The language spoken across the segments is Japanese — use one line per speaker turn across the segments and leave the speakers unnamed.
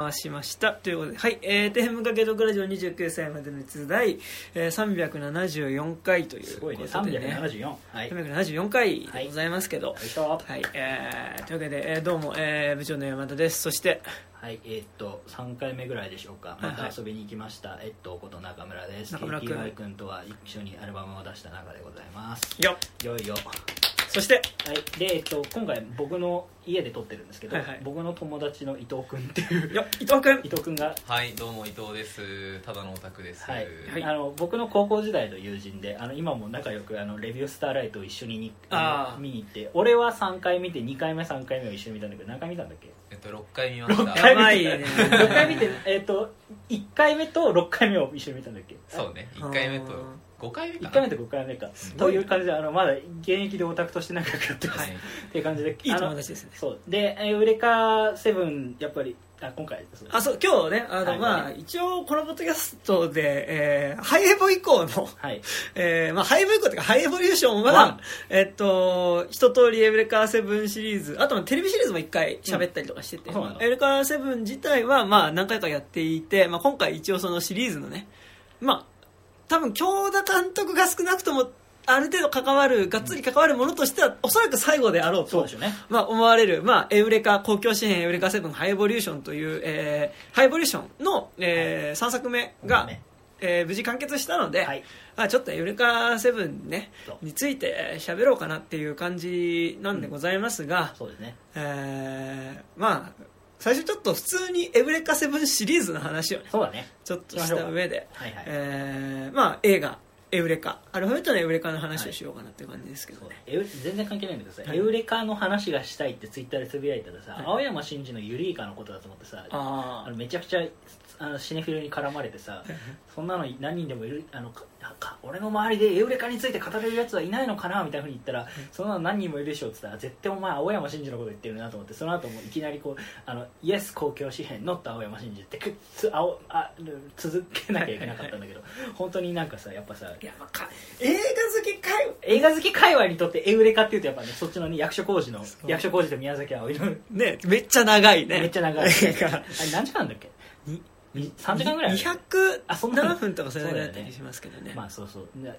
回しましたということで、はい、えー、天文かけ毒ラジオ29歳までの逸材、えー、374回という
す
こ
ご
と
い
で、
ね
ね、
374はいよ
374回でございますけど、はい
いしょ
えーというわけで、えーどうも、えー部長の山田ですそして
はいえーっと3回目ぐらいでしょうか
はいは
ま
い
た遊びに行きました、えっとこと中村です
中村君
KTY 君とは一緒にアルバムを出した中でございます
よ
いよいよ
そして
はいで、えっと、今回僕の家で撮ってるんですけど、
はいはい
僕の友達の伊藤君っていう
よ伊藤君
伊藤君が、
はい、どうも伊藤です。ただのオタクです。
はい
はい
あの僕の高校時代の友人であの今も仲良くあのレビュースターライトを一緒にに
あー
見に行って俺は3回見て2回目3回目を一緒に見たんだけど何回見たんだっけ
えっと、6回見ました。
やばいね
6回見て、えっと1回目と6回目を一緒に見たんだっけ
そうね、1回目と5回目かな。
1回目と5回目か
ご
と
い
いう感じであのまだ現役でオタクとして仲良くやってます、
はい
っていう感じで
いい友
あの
達ですね
そうでえーウレカセブンやっぱりあ今回そう
あそう今日ねあの、
はい
まあ一応このポッドキャストで、えーハイエボ以降の
はい
えーまあ、ハイブイコというかハイエボリューション
ワン
は、えっと、一通りエブレカーセブンシリーズあとはテレビシリーズも一回喋ったりとかしてて、
うんそうなんだ
エブレカーセブン自体は、まあ、何回かやっていて、まあ、今回一応そのシリーズのね、まあ、多分京田監督が少なくともある程度関わるがっつり関わるものとしては、おそらく最後であろうと
そうでしょうね
まあ、思われる、まあ、エウレカ公共支援エウレカセブンハイエボリューションという、えーハイエボリューションの、え3作目が、
ね
えー無事完結したので、
はい
あちょっとエウレカセブンね
そう
について喋ろうかなっていう感じなんでございますが、
そうですね
えーまあ最初ちょっと普通にエウレカセブンシリーズの話をね
そうだね
ちょっとした上で、
はいはい、
えーまあ映画エウレカアルファベットのエウレカの話をしようかなっていう感じですけどね、
エウ全然関係ないんだけどさ、
はい
エウレカの話がしたいってツイッターでつぶやいたらさ、
はい
青山真司のユリイカのことだと思ってさ
あ
あのめちゃくちゃあのシネフィルに絡まれ てさそんなの何人でもいるあのかか俺の周りでエウレカについて語れるやつはいないのかなみたいなふうに言ったらそんなの何人もいるでしょっつったら絶対お前青山真司のこと言ってるなと思ってその後もいきなりこうあのイエス公共紙幣ノット青山真司ってくっつ青あ続けなきゃいけなかったんだ けど本当になんかさやっぱさ
ーいやまあか映画好きかい
映画好き界隈にとってエウレカっていうとやっぱねそっちのね役所広司の
そう
役所広司と宮崎あおいの
ねめっちゃ長いね
めっちゃ長いあれ
映画
何時間だっけ
に
に3時間ぐらいある
200
あそんな
何分とかそれぐらいだったりしますけどね
まあそうそうで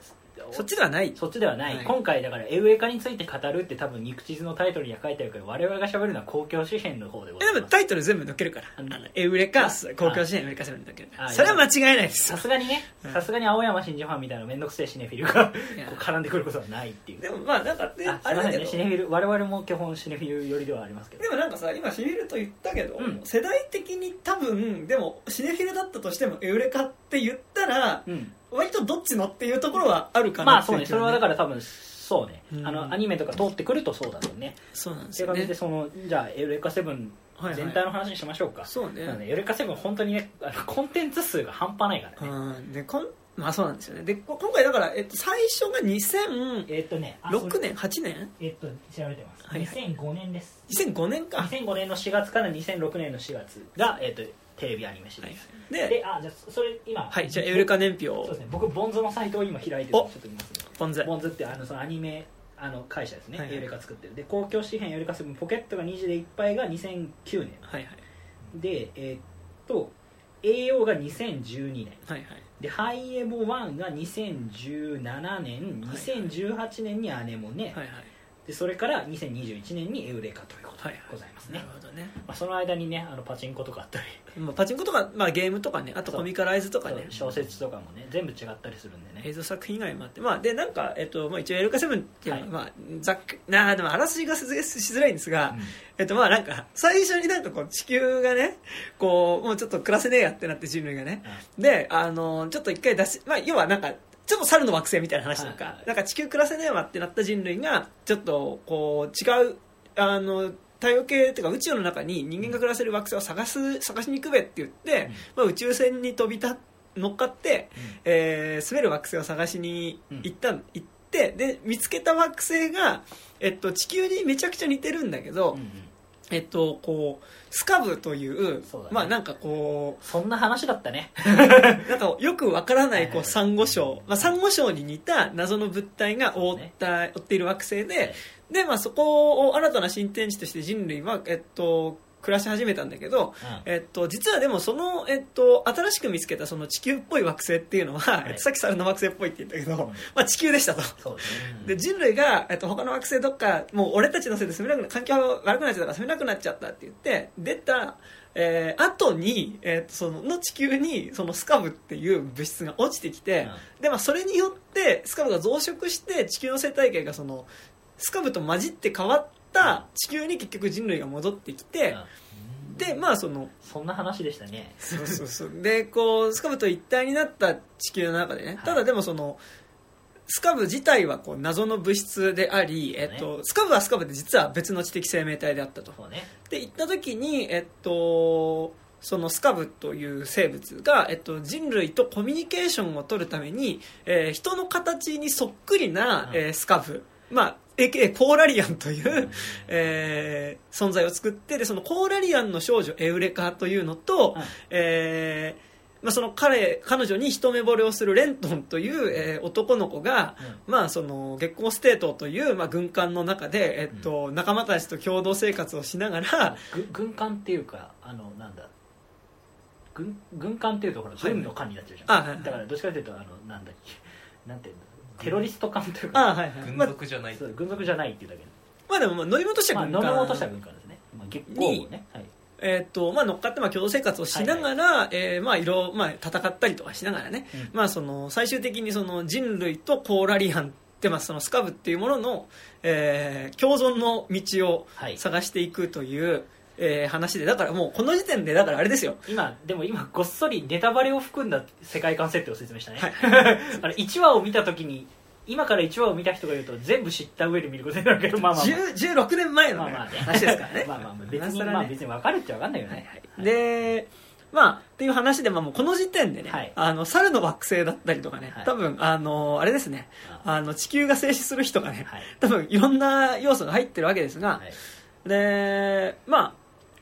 そっちではない
そっちではない、
はい
今回だからエウレカについて語るって多分肉地図のタイトルには書いてあるけど我々が喋るのは公共紙幣の方でござ
えで
い
も
ます
タイトル全部抜けるから
あの
あのエウレカ
あ
公共支援エウレカセブンだけ
あ
それは間違いないです
さすがにね
うん
さすがに青山真司ファンみたいな面倒くせえシネフィルがこ
いや
う絡んでくることはないってい う
でもまあなんかね
あ
あ
すい
れだ
ません
け
ね
ど
シネフィル我々も基本シネフィル寄りではありますけど
でもなんかさ今シネフィルと言ったけど、
うん
世代的に多分でもシネフィルだったとしてもエウレカって言ったら
うん
割とどっちのっていうところはあるかな
まあそうねそれはだからら多分そうね、
うん
あのアニメとか通ってくるとそうだろうね
そうなんで
そ
す
うい
よ
う感じ
ね
でそのじゃあエウレカセブン
はいはい
全体の話にしましょうか、
そうね
あのねエウレカセブン本当にねあのコンテンツ数が半端ないからね、
うんでこんまあそうなんですよねでこ今回だから、えっと、最初が2006
えーっとねあ
年8年
えっと調べてます、
はいはい
2005年です
2005年か
2005年の4月から2006年の4月が、えっとテレビアニメシリーズ、
で
であじゃあそそれ今
はいじゃあエウレカ年表
そう
を
ですね僕ボンズのサイトを今開いてる
お
ちょっと見ますね
ポンズ
ボンズってあのそのアニメあの会社ですね、
はいはい
エウレカ作ってるで公共紙幣エウレカセブンポケットが2時でいっぱいが2009年
はいはい
でえっと AO が2012年
はいはい
でハイエボ1が2017年
はい
2018年にアネモネ、
はいはい
でそれから2021年にエウレカということ
はいは
で
い
ございますね、
なるほどね、
まあ、その間にねあのパチンコとかあ ったり、
まあ、パチンコとか、まあ、ゲームとかねあとコミカライズとかね
小説とかもね全部違ったりするんで
映
ね
像作品以外もあって、まあ、でなんか、えっとまあ、一応エルカセブンっていうのは、
はい
まあ、ざっくなあでもあらすじが説明しづらいんですが、
うん
えっとまあなんか最初になんかこう地球がねこうもうちょっと暮らせねえやってなって人類がねであのちょっと一回出し、まあ、要はなんかちょっと猿の惑星みたいな話とか、
はいはい
なんか地球暮らせねえわってなった人類がちょっとこう違うあの太陽系っていうか宇宙の中に人間が暮らせる惑星を探す探しに行くべって言って、
うん
まあ、宇宙船に飛び立っ乗っかって、えー住める惑星を探しに行った、行ってで見つけた惑星が、えっと、地球にめちゃくちゃ似てるんだけど、
うんうん
えっとこうスカブという
そうだね
まあなんかこう
そんな話だったね
なんかよくわからないこ
はいはいう
サンゴ礁、まあ、サンゴ礁に似た謎の物体が覆った、覆っている惑星でで、まあ、そこを新たな新天地として人類は、えっと、暮らし始めたんだけど、
うん
えっと、実はでもその、えっと、新しく見つけたその地球っぽい惑星っていうのは、
い
えっとさっき猿の惑星っぽいって言ったけど、
うん
まあ、地球でしたと。
そうですね
で人類が、えっと、他の惑星どっかもう俺たちのせいで住めなくな環境が悪くなっちゃったから住めなくなっちゃったって言って出た、えー後に、えーそのの地球にそのスカブっていう物質が落ちてきて、でまあ、それによってスカブが増殖して地球の生態系がそのスカブと混じって変わった地球に結局人類が戻ってきて、
うん
でまあその
そんな話でしたね
そうそうそうでこうスカブと一体になった地球の中でね、
はい
ただでもそのスカブ自体はこう謎の物質であり、
そうね
えっと、スカブはスカブで実は別の知的生命体であったと
そうね
で行った時に、えっと、そのスカブという生物が、えっと、人類とコミュニケーションを取るために、えー人の形にそっくりな、
うん
えースカブ、まあ、AKA コーラリアンという、えー存在を作ってでそのコーラリアンの少女エウレカというのと、
うん
えーまあ、その彼彼女に一目惚れをするレントンという、えー男の子が、まあ、その月光ステートという、まあ、軍艦の中で、えっと仲間たちと共同生活をしながら、
ぐ軍艦っていうかあのなんだ軍軍艦っていうところ
はい
軍の艦になっちゃうじゃん、
あはいはい
だからどっちかというとあのなんだっけなんていうのテロリスト艦という
あ
か
あはいはい、ま
軍
あ、
属じゃない
そう軍属じゃないっていうだけ
まあでもまあ乗り物として
まあ
は
飲
軍
み
艦、
物とした軍艦ですね、まあ、月光をね、はい、
えっとまあ、乗っかってまあ共同生活をしながら、えーまあ、色々まあ、戦ったりとかしながらね、
うん
まあ、その最終的にその人類とコーラリアンって、まあ、そのスカブっていうものの、えー共存の道を
はい
探していくという、えー話でだからもうこの時点でだからあれですよ
今でも今ごっそりネタバレを含んだ世界観設定を説明したね、
はい
あれ1話を見た時に今から1話を見た人が言うと全部知った上で見ることになるけどまあまあまあ
10 16年前の
まあ
ね
まあね
話ですからね
まあまあまあ別
今
に、
更ね
まあ別に分かるっちゃ分かんないよね、
はいでまあっていう話で、まあ、もうこの時点でね、
はい
あの猿の惑星だったりとかね、
はい
多分あのあれですね
あ
あの地球が静止する日とかね、
はい
多分いろんな要素が入ってるわけですが、
はい
でまあ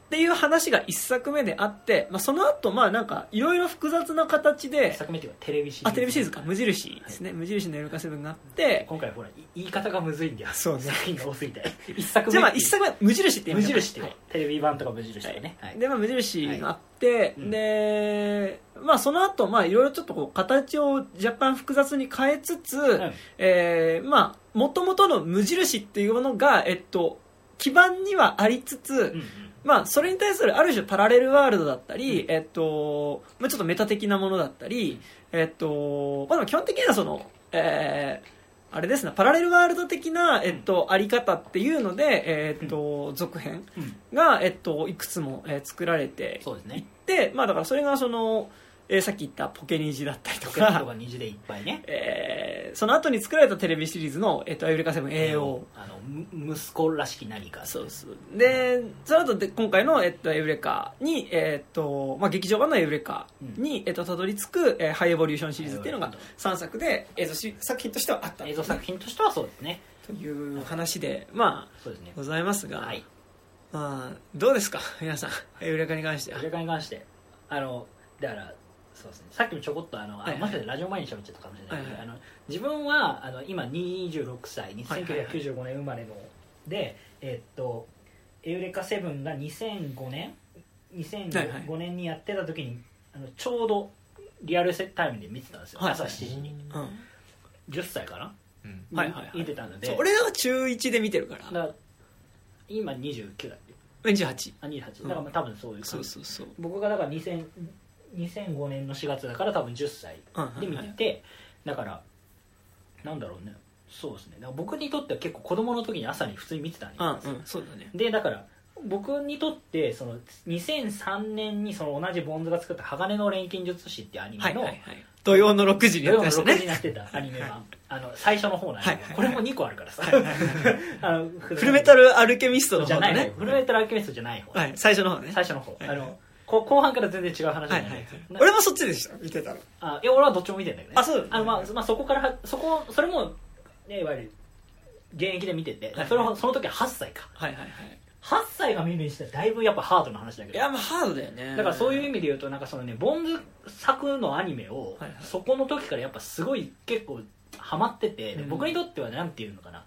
っていう話が一作目であって、まあ、その後まあなんかいろいろ複雑な形
一
で
作目っていうかテレビシリーズ
あテレビシリーズか無印ですね、無印のエルカセブンがあって
今回ほらい言い方がむずいんだよ
そうね
作品が多すぎて一作 目
じゃあまあ一作目は無印って言い
無
ましょう
印っていうテレビ版とか無印とかね、
は
はいい
で、まあ、無印があって、
うん
で、まあ、その後、まあ、いろいろちょっとこう、形を若干複雑に変えつつ、
うん
えーまあ、もともとの無印っていうものが、えっと、基盤にはありつつ、
うんうん
まあ、それに対するある種パラレルワールドだったり、えっと、まあ、ちょっとメタ的なものだったり、えっと、まあ、でも基本的にはその、えーあれですね、パラレルワールド的な、えっと、あり方っていうので、えっと、続編
うん
が、えっと、いくつも、えー作られて
そうですね
で、まあ、だからそれがその、えーさっき言ったポケニジだったりと
ポケット
か、
が虹でいっぱいね
えーその後に作られたテレビシリーズの、えっと、アイルカセブン AO
あのむ息子らしき何か
そうそうでその後で今回の、えっと、エウレカに、えっとまあ、劇場版のエウレカに、えっとたどり着く、えーハイエボリューションシリーズっていうのが
ハイエボリ
3作で映像し作品としてはあった
映像作品としてはそうですね
という話で、まあ、
そうですね
ございますが、
はい
まあ、どうですか皆さんエウレカに関しては
映画に関してあのだからそうですねさっきもちょこっとあの、あ
はいはい
もしかしてラジオ前に喋っちゃったかもしれないけど、
はいは
あの自分はあの今26歳に
はいはいはい
1995年生まれの、でえっと「エウレカセブンが2005年
はいはい
2005年にやってた時に、あのちょうどリアルタイムで見てたんですよ、
はい
朝7時に
うん
10歳かな、
うん
はいはいはい
見てたので
そう俺らは中1で見てるから
だから今29だっけ
28
あ28だからまあ多分そういう感じ
そうそうそう
僕がだから2000 2005年の4月だから多分10歳で見ててだからなんだろうねそうですねだから僕にとっては結構子供の時に朝に普通に見てたんです
う
よ
んうんそうだね
でだから僕にとってその2003年にその同じボンズが作った「鋼の錬金術師」っていうアニ
は
メ
いはい
の
はい土曜の6時に
土
やって
曜の
ました
6時に
ね
なってたアニメ版あの最初の方なん
はい
で
はいはい
これも2個あるからさ あの
フルメタルアルケミストの
じ
方の
ゃない
ね
方フルメタルアルケミストじゃない方
はい最初の方ね
最初の方
はい
あのこ後半から全然違う話にな
はい
る
はいはい
んですよ、
俺もそっちでした見てたの
あいや俺はどっちも見てんだけどね
あそう
あの、まあまあ、そこからはそこそれも、ね、いわゆる現役で見てて、
はい
それはその時は8歳か
はいはいはい
8歳が見るにしてはだいぶやっぱハードな話だけ
い
ど
やまあハードだよね
だからそういう意
味
味で言うとなんかそのねボンズ作のアニメを、
はいはい
そこの時からやっぱすごい結構ハマってて、で
うん
僕にとってはなんていうのかな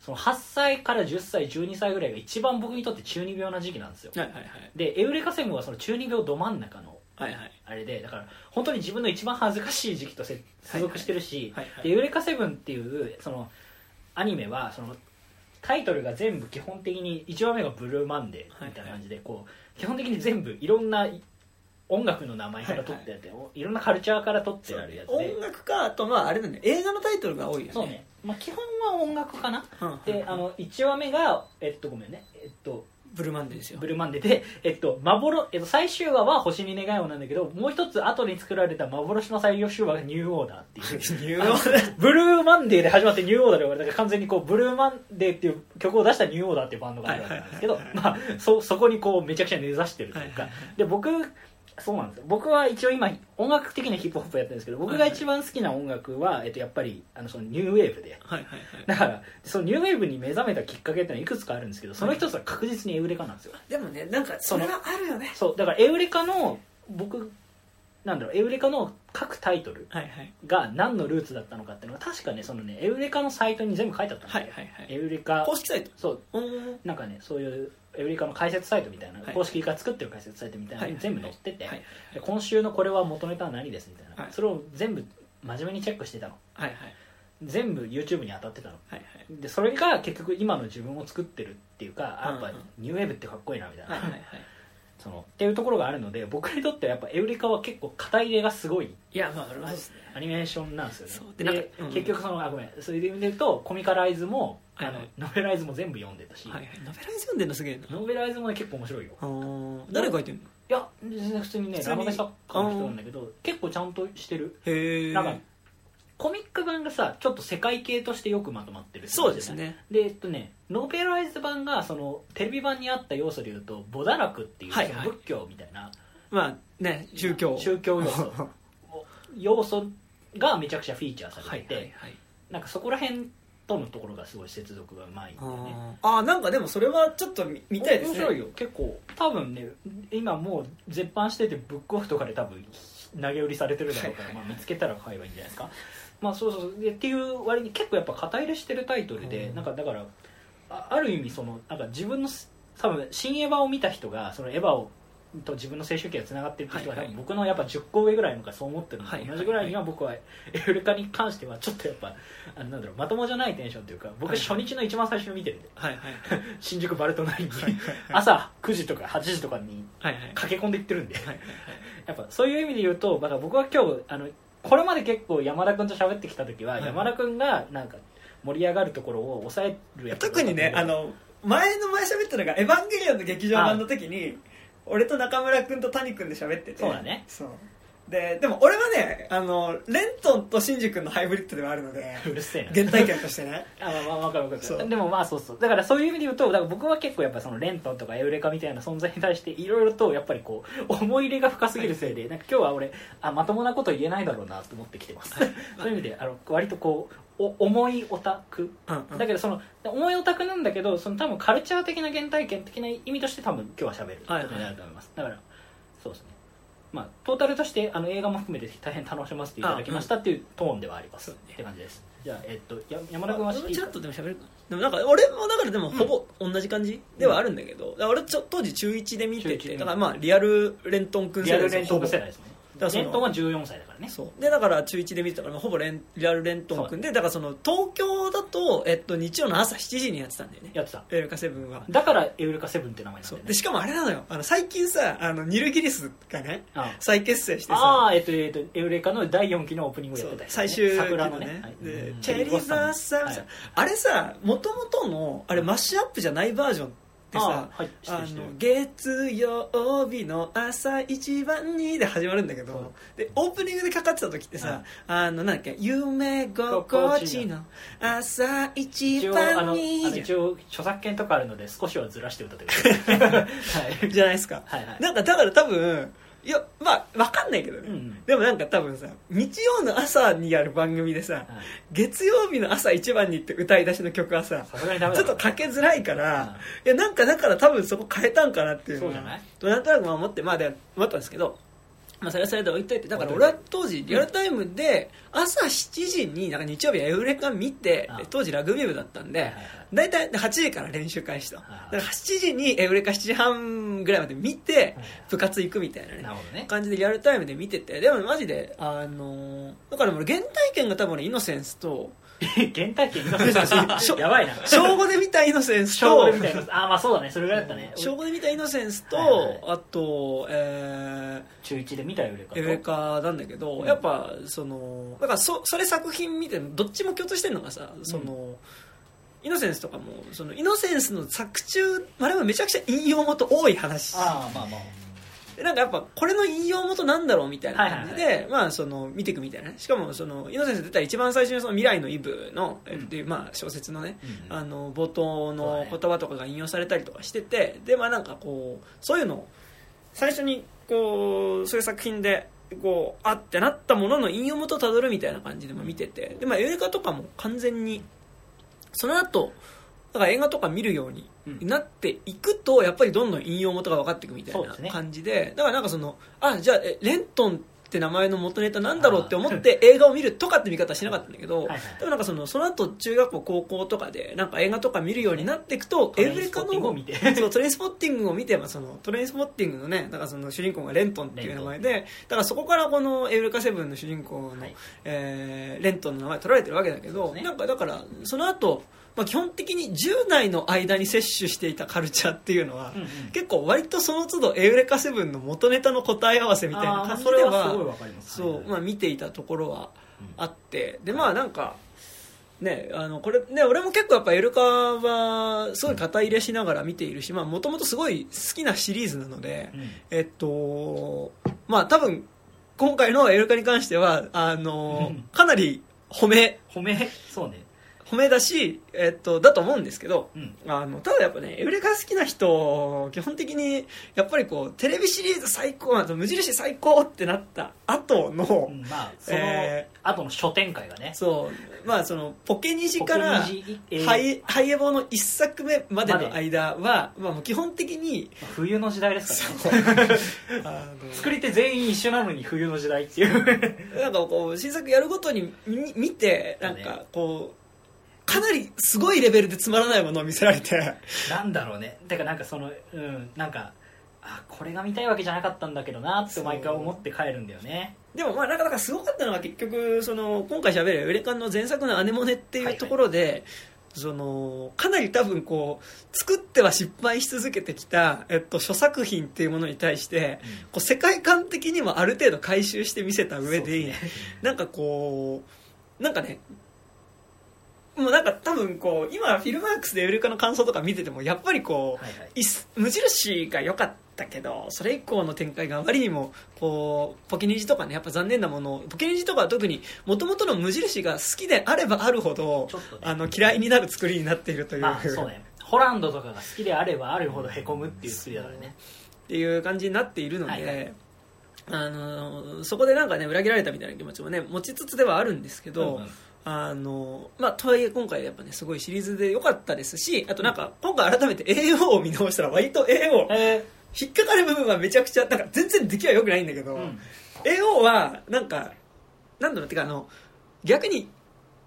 その8歳から10歳12歳ぐらいが一番僕にとって中二病な時期なんですよ
はいはいはい
でエウレカ戦後はその中二病ど真ん中の
はいはい
あれでだから本当に自分の一番恥ずかしい時期とせ接続してるし
はい
「
は
で
い
エウレカセブン」っていうそのアニメはそのタイトルが全部基本的に1話目が「ブルーマンデー」みたいな感じでこう基本的に全部いろんない音楽の名前から取ってやっておいろんなカルチャーから取ってあるやつで
音楽かあとまああれだね映画のタイトルが多いよね
そうねまあ基本は音楽かな
うんうん
であの1話目がえっとごめんねえっと
ブルーマンデーですよ
ブルーマンデーで、えっと幻えっと、最終話は星に願いをなんだけどもう一つ後に作られた幻の最終話がニューオーダーって いう
ニューヨーク
ブルーマンデーで始まってニューオーダーで終わるだから完全にこうブルーマンデーっていう曲を出したニューオーダーっていうバンドがあるわけなんですけど、まあ、そそこにこうめちゃくちゃ根ざしてるというか
はいはいは
で僕そうなんですよ僕は一応今音楽的にはヒップホップやってるんですけど僕が一番好きな音楽は、えっと、やっぱりあのそのニューウェーブで
はいはいはい
だからそのニューウェーブに目覚めたきっかけっていうのはいくつかあるんですけどその一つは確実にエウレカなんですよ
でもねなんかそれはあるよね
そうだからエウレカの僕なんだろうエウレカの各タイトル
はいはい
が何のルーツだったのかっていうのが確かねそのねエウレカのサイトに全部書いてあったの、
はいはいはい
エウレカ
公式サイト
そう
おー
なんかねそういうエウレカの解説サイトみたいな、
はい
公式が作ってる解説サイトみたいなのに全部載ってて、
はい
で今週のこれは元ネタは何ですみたいな、
はい
それを全部真面目にチェックしてたの
はいはい
全部 YouTube に当たってたの
はい
でそれが結局今の自分を作ってるっていうかあやっぱ
うんうん
ニューウェーブってかっこいいなみたいな、
はいはいはい
そのっていうところがあるので僕にとってはやっぱエウレカは結構肩入れがすごい
いやまああれはですね
アニメーションなんですよね
そう
で
でなんかうん
結局そのあごめんそれで言うとコミカライズも、
はいはい
あのノベライズも全部読んでたし、
はいはいノベライズ読んでんのすげえな
ノベライズもね結構面白いよ
おー誰が書いてんの
いや全然普通にね
普通
ラ
に
ノベ作家の人なんだけど結構ちゃんとしてる
へえ
なんかコミック版がさちょっと世界系としてよくまとまってる
そうですね
でえっとねノベライズ版がそのテレビ版にあった要素でいうとボダラクっていうそ
はい
の
はい
仏教みたいな
まあね宗教
宗教要素 要素がめちゃくちゃフィーチャーさ
は
れ
い
て
は
て、
いはい
なんかそこら辺とのところがすごい接続がうまいんだよね
あーあーなんかでもそれはちょっと見見たいですね
面白いよ結構多分ね今もう絶版しててブックオフとかで多分投げ売りされてるだろうか ら、
はいはい
まあ、見つけたら買えばいいんじゃないですかまあそうそうそうでっていう割に結構やっぱ肩入れしてるタイトルで、
うん
なんかだからあある意味そのなんか自分のす多分新エヴァを見た人がそのエヴァをと自分の青春期がつながってるって人が、
はいはい
多分僕のやっぱ10個上ぐらいのがそう思ってるのと
はいはい
同じぐらいには僕はエウレカに関してはちょっとやっぱあのなんだろうまともじゃないテンションというか僕
はい
初日の一番最初に見てるんで
はいはい
新宿バルトナインに
はい
朝9時とか8時とかに
はいはい
駆け込んでいってるんでやっぱそういう意味で言うとだから僕は今日あのこれまで結構山田君と喋ってきた時は、
はい
山田君がなんか盛り上がるところを抑えるやつ
特にねあの前の前喋ったのが「エヴァンゲリオン」の劇場版の時に俺と中村君と谷君で喋ってて
そうだね
そうででも俺はねあのレントンとシンジ君のハイブリッドではあるの で
うるせえな
原体験としてね
あまあまあ分かる分か
そ
る
う
でもまあそうそうだからそういう意味で言うとだから僕は結構やっぱそのレントンとかエウレカみたいな存在に対していろいろとやっぱりこう思い入れが深すぎるせいでなんか今日は俺あまともなこと言えないだろうなと思ってきてますそういう意味であの割とこうお重いオタク
うんうん
だけどその重いオタクなんだけどその多分カルチャー的な原体験的な意味として多分今日は喋ることになると思います、だからそうですねまあトータルとしてあの映画も含めて大変楽しませていただきましたっていうトーンではあります、
そうね
って感じですじゃあ、えっと、や山田君は知っていい
ちらっとでも喋るかなでもなんか俺もだからでもほぼ同じ感じではあるんだけど、だから俺ちょ当時中1で見て
中
て
一で
だからまあリアルレントン君
リ
世
ア
代
ル
ですよ
レントン君世
ほぼ
代ですね
だからその
レントンは14歳だからね
そうでだから中1で見てたから、まあ、ほぼレンリアルレントン君でだからその東京だと、えっと、日曜の朝7時にやってたんだよね
やってた
エルカセブンは
だからエウレカセブンって名前なんだ
そう
よね
でしかもあれなのよあの最近さあのニルギリスがね
あ
再結成して
あ
さ
あえっと、えっと、エウレカの第4期のオープニングを
そ
やって
う
たやつ
最
ね
終期
桜
の
のね
ね
はい
で
うん
チェリーバーサー
は
さ、
い
あれさもともとのあれマッシュアップじゃないバージョンってさ
あーはい知ってる
あ
知ってる
の月曜日の朝一番にで始まるんだけ
そう
どでオープニングでかかってた時ってさ、あのなんだっけ夢心地の朝一
一応あ
番
の
にじゃん
一応著作権とかあるので少しはずらして歌ってくださいはい
じゃないですか、
はいはい
なんかだから多分いやまあわかんないけどね、
うん
でもなんか多分さ日曜の朝にやる番組でさ、
はい
月曜日の朝一番にって歌い出しの曲はさ
さすがにダメ
ちょ
だ
っとかけづらいから、
う
いやなんかだから多分そこ変えたんかなっていうの
そうじゃない
なんとなくまあ思ってまあで思ったんですけどまあ、それはそれで置いといてだから俺は当時リアルタイムで朝7時になんか日曜日エウレカ見て
あ
で当時ラグビー部だったん
はい
で
はいはい
大体で8時から練習開始とだ
あ
か
あ
ら7時にエウレカ7時半ぐらいまで見て部活行くみたいなね
なるほどね
感じでリアルタイムで見ててでもマジであのーだから俺原体験が多分俺イノセンスと
原体験今の
しょ
やばいな
小5で見たイノセンス
小
と
5みたいなあーまあそうだねそれぐらいだったね
小5で見たイノセンスと
はいはい
あとえー
中1で見たよ
エウレカなんだけど、
うん
やっぱそのだからそそれ作品見てどっちも共通してるのがさその、イノセンスとかもそのイノセンスの作中あれはめちゃくちゃ引用元多い話
ああまあまあ
でなんかやっぱこれの引用元なんだろうみたいな感じで、
は
まあその見ていくみたいなねしかもそのイノセンス出た一番最初にその未来のイブの、え
うん
っていうまあ小説のね
うん
あの冒頭の言葉とかが引用されたりとかしててでまあなんかこうそういうのを最初にこうそういう作品でこうあってなったものの引用元をたどるみたいな感じでも見ててでまあエウレカとかも完全にその後だから映画とか見るように
うん
なっていくとやっぱりどんどん引用元が分かっていくみたい
そうです
な
ね
感じでだからなんかそのあじゃあえレントンって名前の元ネタなんだろうって思って映画を見るとかって見方はしなかったんだけど
はいはい
でもなんかそのその後中学校高校とかでなんか映画とか見るようになっていくと
ト
エ
レ
ウ
イ
レ
ンスポ
カ
ッティングを
の
見て
そうトレインスポッティングを見て、まあ、そのトレインスポッティングのねだからその主人公がレントンっていう名前でだからそこからこの「エウレカセブン」の主人公の、
はい
えーレントンの名前取られてるわけだけ
そう
ど、
ですね
なんかだからその後、まあ基本的に10代の間に摂取していたカルチャーっていうのは、
うんうん
結構割とその都度「エウレカセブン」の元ネタの答え合わせみたいな
あー
感じ
そ
で
れ
は
はすごいわかります
そう、まあ、
あ
見ていたところはあって、でまあなんかねあのこれね俺も結構やっぱエルカはすごい肩入れしながら見ているしまあもともとすごい好きなシリーズなので、えっとまあ多分今回のエルカに関してはあの
うん
かなり褒め
褒めそうね
褒めだし、えっと、だと思うんですけど
うん
あのただやっぱねエウレカ好きな人基本的にやっぱりこうテレビシリーズ最高あと無印最高ってなった後の、
うんまあその
え
後の初展開がね
そうまあそのポケニジから
ポケニジえー
ハイハイエボの一作目までの間は、まあ、もう基本的に
冬の時代ですからね
あ
作り手全員一緒なのに冬の時代っていう
のなんかこう新作やるごとにみ見てなん
そう
か
ね
こうかなりすごいレベルでつまらないものを見せられて
なんだろうねてかなんかそのうんなんかあこれが見たいわけじゃなかったんだけどなって毎回思って帰るんだよね
でもまあなかなかすごかったのは結局その今回しゃべるウレカンの前作の「アネモネ」っていうところで、そのかなり多分こう作っては失敗し続けてきた、えっと、諸作品っていうものに対してこう世界観的にもある程度回収して見せた上で
そうですね
なんかこうなんかねもうなんか多分こう今フィルマークスでウレカの感想とか見ててもやっぱりこう、
はいはい
いっす無印が良かったけどそれ以降の展開があまりにもこうポケニジとかねやっぱ残念なものをポケニジとかは特にもともとの無印が好きであればあるほど
ちょっとね
あの嫌いになる作りになっているという,、
まあそうねホランドとかが好きであればあるほどへこむっていう作りだからね
っていう感じになっているので、
はいはい
あのそこでなんかね裏切られたみたいな気持ちもね持ちつつではあるんですけど、
うんうん
あのまあ、とはいえ今回やっぱねすごいシリーズで良かったですしあとなんか今回改めて AO を見直したら割と AO
え
引っかかる部分はめちゃくちゃだから全然出来は良くないんだけど、
ーうん、
AO はなんかなんだろうってかあの逆に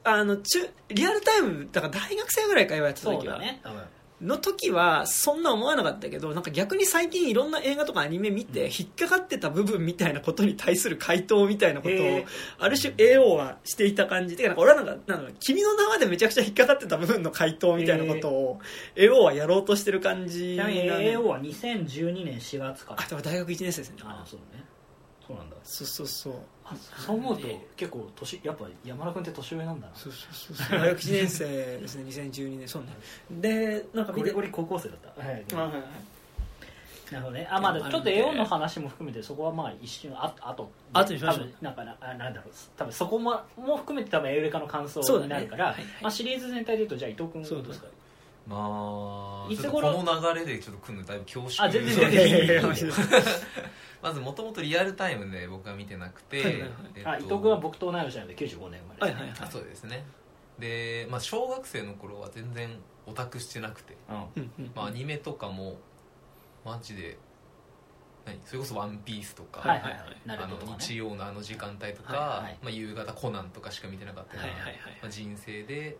あの中リアルタイムだから大学生ぐらいかやってた
そう
時は
だね多分
の時はそんな思わなかったけどなんか逆に最近いろんな映画とかアニメ見て引っかかってた部分みたいなことに対する回答みたいなことを
へー
ある種 AO はしていた感じでなんか俺はなんかなんだろう君の名はでめちゃくちゃ引っかかってた部分の回答みたいなことを AO はやろうとしてる感じ
ち
な
なみに
ね
AO は2012年4月から
あでも大学1年生ですね
あそうねそうなんだ
そうそうそう
あそう思うと結構年やっぱ山田君って年上なんだな
そうそうそうそう大学1年生ですね2012年そうねでなんか見
ゴ
て
リゴリ高校生だったはい
まあはいはい
なるほどねあまあでもちょっと
でもあるんで
AO の話も含めてそこはまあ一瞬ああと
後にしましょう
多分なんかなあなんだろう多分そこもも含めて多分エウレカの感想
そうだ
に
ね
なるから、
はいはい
まあ、シリーズ全体で言うとじゃあ伊藤君
そう
どうですか
まあ
い
ち
つ
ょっとこ
頃
の流れでちょっと来るのだいぶ恐縮
あ全然
いや
全
いや
然
いやいやいや
まずもともとリアルタイムで僕は見てなくて、
はいはいはい
えっと
あ伊藤君は僕と同い年なので95年生まれですね、
はいはい
あそうですねで、まあ、小学生の頃は全然オタクしてなくて、
うん
うんうん
まあ、アニメとかもマジで何それこそ「ワンピースとか、
はいはい
は
はい
はい
いなる
あ
ほ
の
どね
日曜のあの時間帯とか、
はいはい
まあ、夕方コナンとかしか見てなかったよう
は
な、
いはいはい
まあ、人生で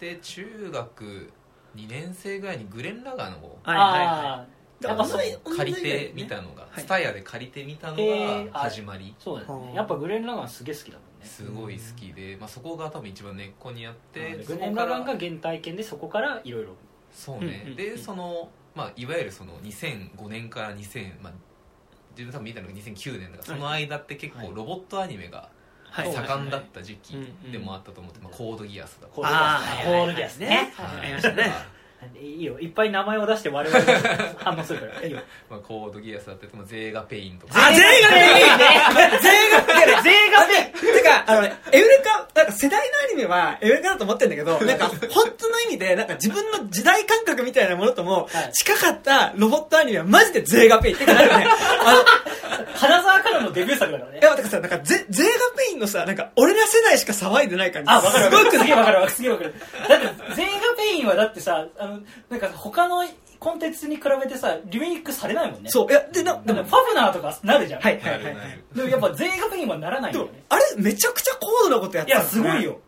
で中学2年生ぐらいにグレン・ラガーの
はいはいはい
あー
だ
や
から
っぱ
そ
そうう
いう
借りてみたのが、
はい
スタヤで借りてみたの
えー
が
あ
始まり、
そうだよ
はあ
ねやっぱグレン・ラガンすげえ好きだもんね
すごい好きで、まあ、そこが多分一番根っこにあって、
うん
そ
グレ
こ
ン・
か
ラガン
ら
が原体験でそこからいろいろ
そ
う
う
んうんう
ね
ん
でその、まあ、いわゆるその2005年から2000、まあ、自分多分見たのが2009年だからその間って結
はい
構ロボットアニメが
はい
盛んだった時期
はいはいはい
でもあったと思って、まあ、コードギアスだと
コ
か、
あー
ールギアスね
はい
はい
ありましたね
いいよいっぱい名前を出して我々も反応するからいいよ
まあ、コードギアスだったりとかゼーガペインとか
あ、全員がね、全員がね、あ
税が
のね、てか、あのね、エウレカ、なんか世代のアニメはエウレカだと思ってんだけど、なんか本当の意味で、なんか自分の時代感覚みたいなものとも
はい
近かったロボットアニメはマジでゼーガペイン。てかなんかね、あ
花沢からのデビュー作だから
の、
ね
いや、だからさ、なんかゼゼーガペインのさ、なんか俺ら世代しか騒いでない感じ。
あ、わかるわかる。
すご
す
く
げえわかるわ。すげえわかる。だって、全映画ペインはだってさ、あの、なんか他のコンテンツに比べてさ、リメイクされないもんね。。
そうう、いや、で、な、で
でも、
も、
ファブナーとかなるじゃん。
はいは
ない
は
る
いは。
ないる
でもやっぱ全映画ペインはならないん
で
だよ
も
ね。、
あれめちゃくちゃ高度なことやっ
い
たん
や、
です
す
ね
ごい。よ。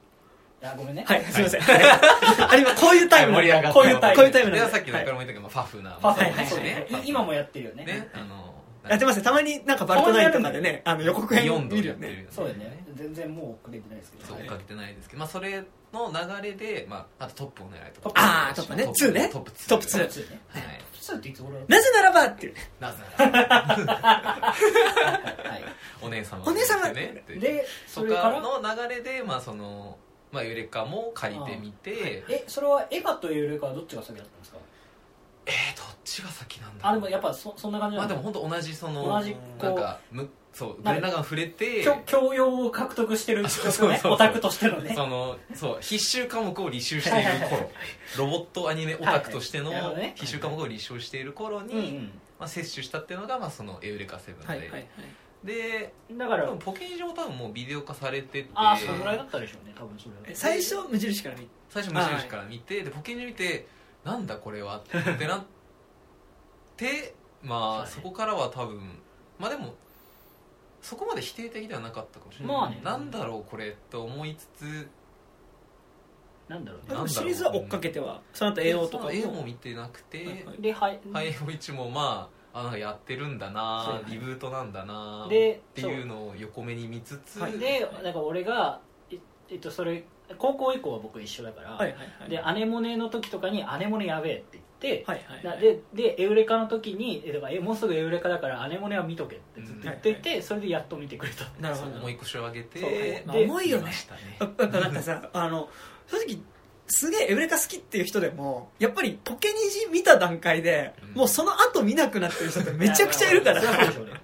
いや、ごめんね。
はい、すいません。あれ今こういうタイムな
盛
ん
り
だ
上がった
こういうタイプ
こういうタイプなん
で
だ
はさっき中野も言ったけど、まあ、ファフナー
ファブ
は
ナ
い
ー
は
ね
い
そうね。い今もやってるよね
ね。あの
やってますね。たまになんかバルトナインとかでね、あの予告
ビ
編
ヨンドを
見る
や
よ
ってる
ね。
そうだよね。全然もう遅れてないですけ
そ
ど
う
ね。
追っかけてないですけど、まあ、それの流れで、まあ、あとトップを狙いと
ト
か
ップ
あートップねツーね
トップ2
トップツー
そうね。
はい
そうっていつ頃だっ
なぜならばっていう。
なぜ なら
たはい。
お姉様
お姉様
ですねって
で、そ
と
れから
か、の流れでまあそのまあユレカも借りてみて
え、それはエヴァとエウレカはどっちが先だったんですか
えーどっちが先なんだろう
あ、でもやっぱそそんな感じな
まあ
ん
で
だ
も。本当同じその
同じ、こ
なん
う、
かむそうグレナガン触れて
教教養を獲得してる
あそうそうそうそう
オタクとしてのね
そのそう必修科目を履修している頃ロボットアニメオタクとしての
はいはいなるほどね
必修科目を履修している頃に、
うんう
まあ、摂取したっていうのが、まあ、そのエウレカセブンで、で
んだか
多
ら
分ポケ上多分もうビデオ化されてて
ああそのぐらいだったでしょうね多分それは
最初、無印から見
最初無印から見て、で保険所見てなんだこれはってなってまあ
そう
そ
ね
こからは多分まあでもそこまで否定的ではなかったかもしれない、
まあね
なんだろうこれと思いつつ
なんだろう
で
ね
もシリーズは追っかけては、その後栄養とかも。
絵も見てなくて、
はいはい
ではい、
ハイオイチもまああなんかやってるんだ
そう
な
ね
リブートなんだな
で
っていうのを横目に見つつ、
はい
でなんか俺がええっとそれ高校以降は僕一緒だから、
はいはいはい。
でアネモネの時とかにアネモネやべえって言って、
はいはい
な
はい。
ででエウレカの時にえだからえもうすぐエウレカだからアネモネは見とけってずっと言っていて、それでやっと見てくれた
なるほど。
もう一個上げて
そう
で
まあ重いよ
見ま
ね。
したね
やっぱなんかさ、あの、正直、すげえエウレカ好きっていう人でも、やっぱりポケニジ見た段階で、
うん
もうその後見なくなってる人ってめちゃくちゃいるから
い。やいやそうでしょうね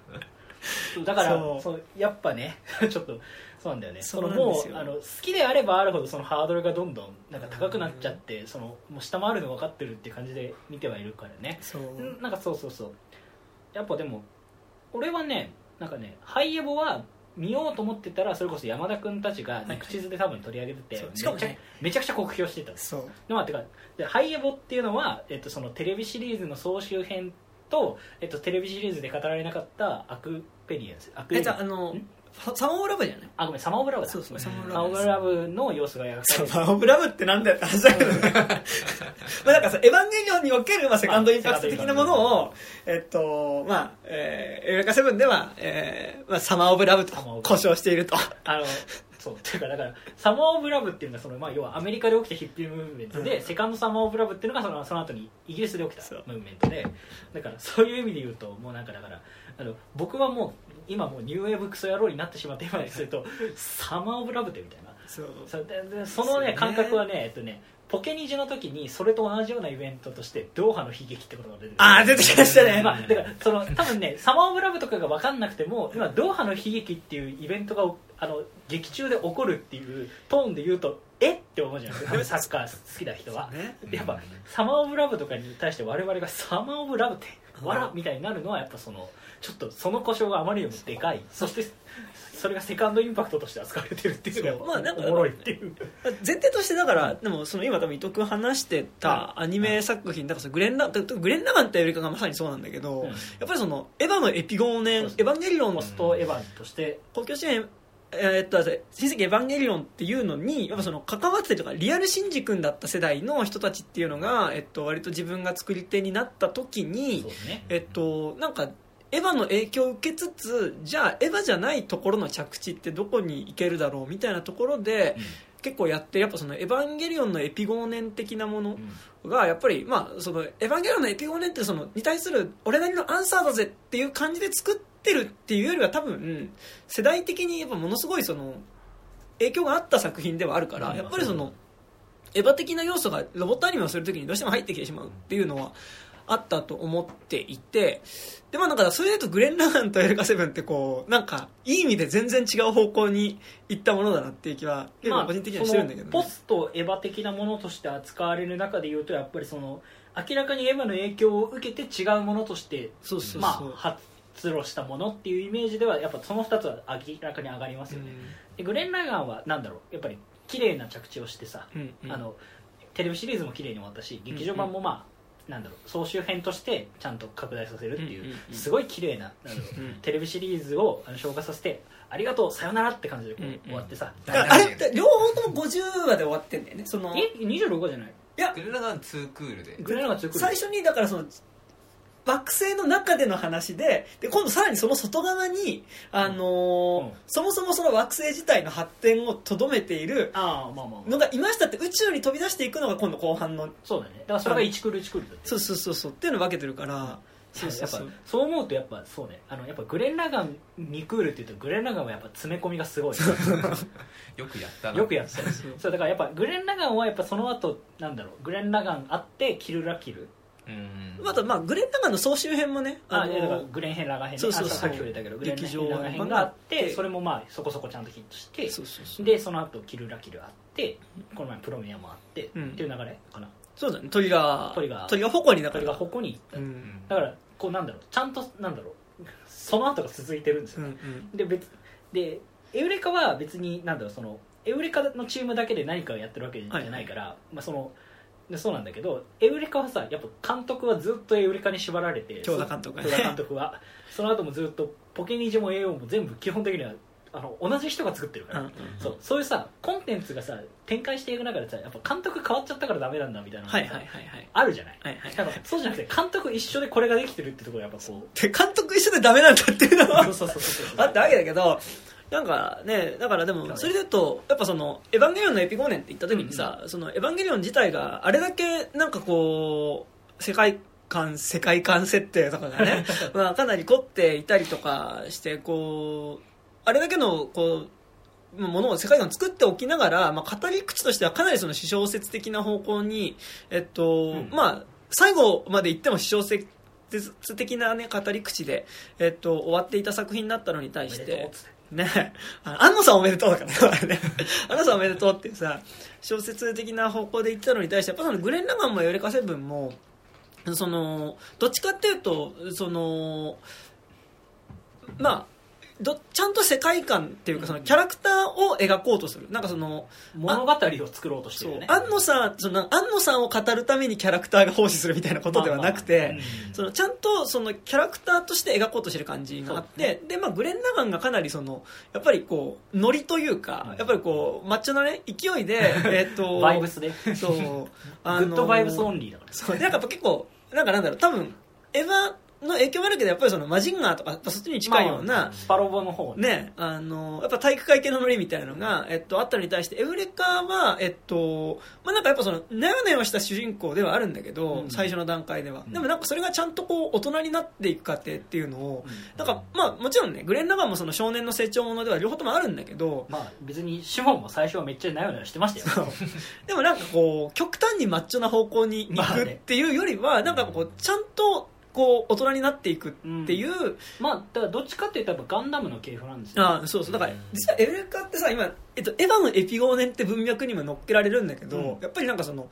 そうだから
そう
そうやっぱね ちょっとそうなんだよね
そ
そうの
なんで
も
すよ
うあの好きであればあるほどそのハードルがどんどんなんか高くなっちゃってそのもう下回るの分かってるって感じで見てはいるからね
そう。
うんなんか そうそうそうやっぱでも俺はねなんかねハイエボは見ようと思ってたらそれこそ山田君たちが
はい
肉地図で多分取り上げてて、
そうしかも
めちゃ
ね
めちゃくちゃ酷評してた
そう。
でまあ、てかでハイエボっていうのは、えっと、そのテレビシリーズの総集編と、えっと、テレビシリーズで語られなかったアクペリエンスアク
え、
エ
じ
リエ
ゃ
ン
あ、あ
ス
の
ん、
サマーオブラブじゃない
あごめんサマーオブラブだ
そうそう、サマーオブ
サマーオ
ラブ
ブ。ラブの様子が描か
サ
れ
マ
て
ーオブラブってなんだよって話だけど ね。まあなんかさ、エヴァンゲリオンにおける、まあ、セカンドインパクト的なものを、えっと、まあ、えー、エウレカセブンでは、えー、まあ、サマーオブラブと
サマーオブラブ
故障していると。
あのそうっていうかだからサマーオブラブっていうのはその、まあ、要はアメリカで起きたヒッピームーブメントで、
うん
セカンドサマーオブラブっていうのがそのその後にイギリスで起きた
そう
ムーブメントでだからそういう意味で言うともうなんかだからあの僕はもう今もうニューウェーブクソ野郎になってしまって今にするとサマーオブラブってみたいな
そう。
そうででそのね
ですよね
感覚はね、えっとねポケニジの時にそれと同じようなイベントとしてドーハの悲劇ってことが出てくる
あー、出てきましたね。
まあ、だからその多分ねサマーオブラブとかが分かんなくても今ドーハの悲劇っていうイベントがあの劇中で起こるっていうトーンで言うとえって思うじゃないですか多分 サッカー好きな人は、
ね。
うん
やっぱサマーオブラブとかに対して我々がサマーオブラブってわらみたいになるのはやっぱそのちょっとその故障があまりにもでかいそしてそれがセカンドインパクトとして扱われてるっていうのが
そうまあなんか
おもろいっていう
前提としてだからでもその今多分伊藤君話してたアニメ作品だからそのグレンラグレン・ラガンってエウレカがまさにそうなんだけど、
うん
やっぱりそのエヴァのエピゴーネンエ
そう
ヴ
そう
ァンゲリオン
ポストエヴァンとして
公共支援えーっと新世紀エヴァンゲリオンっていうのにやっぱその関わってたりとかリアルシンジ君だった世代の人たちっていうのが、えっと、割と自分が作り手になった時に
そうね
えっと、なんかエヴァの影響を受けつつじゃあエヴァじゃないところの着地ってどこに行けるだろうみたいなところで、
うん
結構やってやっぱその「エヴァンゲリオン」のエピゴーネン的なものがやっぱり、まあ、その「エヴァンゲリオン」のエピゴーネンってそのに対する俺なりのアンサーだぜっていう感じで作ってるっていうよりは多分世代的にやっぱものすごいその影響があった作品ではあるから、
うん
やっぱりそのエヴァ的な要素がロボットアニメをするときにどうしても入ってきてしまうっていうのはあったと思っていてでまあなんかそれで言うとグレン・ラガンとエルカ・セブンってこうなんかいい意味で全然違う方向に行ったものだなっていう気は結構個人的にはしてるんだけど、ね
そのポストエヴァ的なものとして扱われる中で言うとやっぱりその明らかにエヴァの影響を受けて違うものとして
そうそうそう、
まあ発露したものっていうイメージではやっぱその2つは明らかに上がりますよね、でグレン・ラガンはなんだろうやっぱり綺麗な着地をしてさ、
うんうん
あのテレビシリーズも綺麗に終わったし劇場版もまあ、なんだろう総集編としてちゃんと拡大させるってい
う
う,、
んうんうん
すごい綺麗なな んだろうテレビシリーズをあの消化させてありがとうさよならって感じでこ
うんうん
う終わってさ、
だからあれって両方とも50話で終わってんだよねその
え26話じゃない
グレナガン2クールで
グレナが強く
最初にだからその惑星の中での話でで今度さらにその外側に、あのー
うんうん
そもそもその惑星自体の発展をとどめている
ああまあまあ、まあ、
のがいましたって宇宙に飛び出していくのが今度後半の
そうだねだからそれが1クール1クールだって
そうそうそうそうっていうのを分けてるからそうそ
や
う
っぱ
そう
そう思うとやっぱそうねあのやっぱグレン・ラガン2クールっていうとグレン・ラガンはやっぱ詰め込みがすごい
よくやったな
よくやってたよ
そう
そうだからやっぱグレン・ラガンはやっぱその後なんだろうグレン・ラガンあってキル・ラ・キル
うん
またまあグレン・ラガンの総集編もね
あ、
あ
い
の
やだから
ー
グレン編ラガン編ね
そうそうそう
あさっきも言ったけどグレン
劇場版
編ラ
が
ガン編があっ
あって
てそれもまあそこそこちゃんとヒットして
そうそうそう
でその後キルラキルあってこの前プロミアもあって、
うん
っていう流れかな
そうだねトリガー
トリガー
トリガー方向にだ
こ
か
れが
ら
ここに行った、
う
うんん
だからこうなんだろうちゃんとなんだろうその後が続いてるんです
う
よ、
んうん
で別でエウレカは別になんだろうそのエウレカのチームだけで何かをやってるわけじゃないから、まあ、そのでそうなんだけどエウレカはさやっぱ監督はずっとエウレカに縛られて
京田監督がね
京田監督はその後もずっとポケニジも AO も全部基本的にはあの同じ人が作ってるから、
うん
そうそういうさコンテンツがさ展開していく中でさやっぱ監督変わっちゃったからダメなんだみたいなのがさ
はいはいはいはい
あるじゃない
はい はい
だからそうじゃなくて監督一緒でこれができてるってところがやっぱこう
で監督一緒でダメなんだっていうのは
そうそうそうそうそう
あったわけだけどなんかねだからでもそれで言うとやっぱその「エヴァンゲリオン」のエピゴーネンって言った時にさ「そのエヴァンゲリオン」自体があれだけなんかこう世界観世界観設定とかがね、まあ、かなり凝っていたりとかしてこうあれだけのこうものを世界観を作っておきながら、まあ、語り口としてはかなりその私小説的な方向に、えっと
うん
まあ、最後まで行っても私小説的な、ね、語り口で、えっと、終わっていた作品だったのに対し
おめでと
て
うっつって
ね、あの安野さんおめでとうだ からねあれね安野さんおめでとうっていうさ小説的な方向で言ってたのに対してやっぱそのグレン・ラガンもヨレカ・セブンもそのどっちかっていうとそのまあどちゃんと世界観っていうかそのキャラクターを描こうとするなんかその
物語を作ろうとしてるよね
安野さんその安野さんを語るためにキャラクターが奉仕するみたいなことではなく
まあ
て
まあうん
そのちゃんとそのキャラクターとして描こうとしてる感じがあって、でまあ、グレン・ラガンがかなりそのやっぱりこうノリというか、
はい
やっぱりこうマッチョな、ね、勢いで、 えー、と
バイブスで グ
そうあの
ッドバイブスオンリーだから
そうでなんかやっぱ結構なんかなんだろう多分エヴァの影響もあるけどやっぱりそのマジンガーとかやっぱそっちに近いような、
まあスパロボの方
ね、あのやっぱ体育会系のノリみたいなのが、えっと、あったのに対してエウレカは、えっとまあ、なんかやっぱそのなよなよした主人公ではあるんだけど、
うん
最初の段階では、
うん
でもなんかそれがちゃんとこう大人になっていく過程っていうのを、
うん
なんかまあ、もちろんねグレン・ラガンもその少年の成長ものでは両方ともあるんだけど
まあ別にシモンも最初はめっちゃなよなよしてましたよ
でもなんかこう極端にマッチョな方向に行
まあ
くっ
ね
ていうよりは、なんかこうちゃんとこう大人になっていくっていう、
まあだからどっちかっていうとやっぱガンダムの系譜なんですよ
あそうそうだから
うん
実はエウレカってさ今、えっと、エヴァのエピゴーネンって文脈にも乗っけられるんだけど、
うん
やっぱりなんかその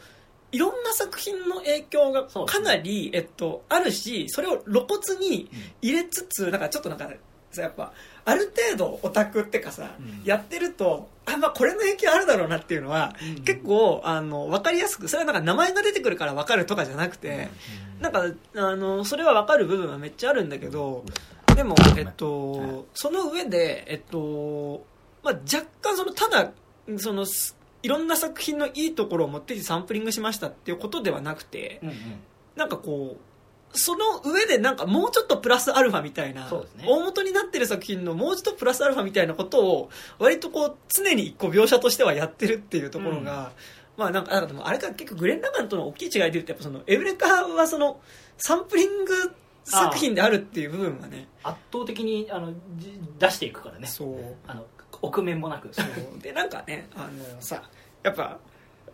いろんな作品の影響が
そう
かなり、えっと、あるしそれを露骨に入れつつなんかちょっとなんかさやっぱある程度オタクってかさ、
うん
やってるとあ、まあ、これの影響あるだろうなっていうのは、
うん
結構あの分かりやすくそれはなんか名前が出てくるから分かるとかじゃなくて、なんかあのそれは分かる部分はめっちゃあるんだけどでも、えっ
は
と、その上で、えっとまあ、若干そのただそのすいろんな作品のいいところを持ってきてサンプリングしましたっていうことではなくて
うんうん
なんかこうその上でなんかもうちょっとプラスアルファみたいな、
そうですね
大元になってる作品のもうちょっとプラスアルファみたいなことを割とこう常に一個描写としてはやってるっていうところが、まあなんかなんかでもあれか結構グレン・ラガンとの大きい違いで言うとやっぱそのエウレカはそのサンプリング作品であるっていう部分はね
圧倒的にあのじ出していくからね
そう
あの臆面も なく
そうでなんかねあのさやっぱ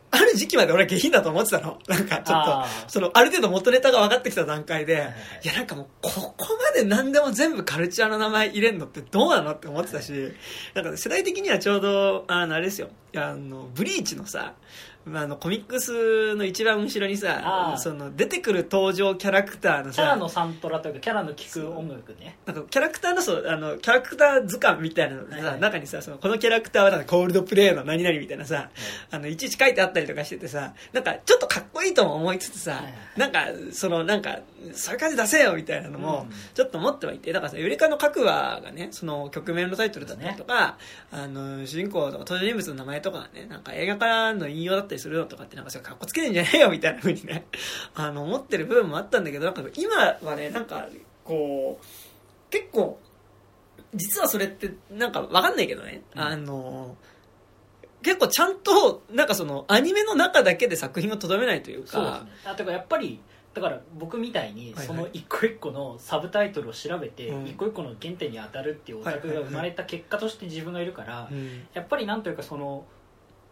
ある時期まで俺は下品だと思ってたの なんかちょ
あ
っ
ー
とそのある程度元ネタが分かってきた段階で、
いはい
いやなんかもうここまで何でも全部カルチャーの名前入れんのってどうなのって思ってたし、なんか世代的にはちょうどあのあれですよあのブリーチのさあのコミックスの一番後ろに
あ
さ
ー
その出てくる登場キャラクターの
キャラ
さ
のサントラというかキャラの聴く音楽ね
なんかキャラクターのそうあのキャラクター図鑑みたいなのさ、
はいはい
中にさそのこのキャラクターはなんかコールドプレイの何々みたいなさ、あのいちいち書いてあったりとかしててさなんかちょっとかっこいいとも思いつつさ、
はいはい
なんかそのなんかそういう感じ出せよみたいなのも
うん
ちょっと思ってはいてだからさ「ゆりかの各話」がねその曲名のタイトルだったりとか、あの主人公とか登場人物の名前とかがねなんか映画からの引用だったりするのとかってなんかそれかっこつけてんじゃねえよみたいなふうにね あの思ってる部分もあったんだけどなんか今はねなんかこう結構実はそれってなんかわかんないけどね、
うん
あの結構ちゃんとなんかそのアニメの中だけで作品をとどめないという
そうです
か
ねあとかやっぱりだから僕みたい
は
に
いはい
その一個一個のサブタイトルを調べて
うん
一個一個の原点に当たるっていうオタクが生まれた結果として自分がいるから
うん
やっぱりなんというかその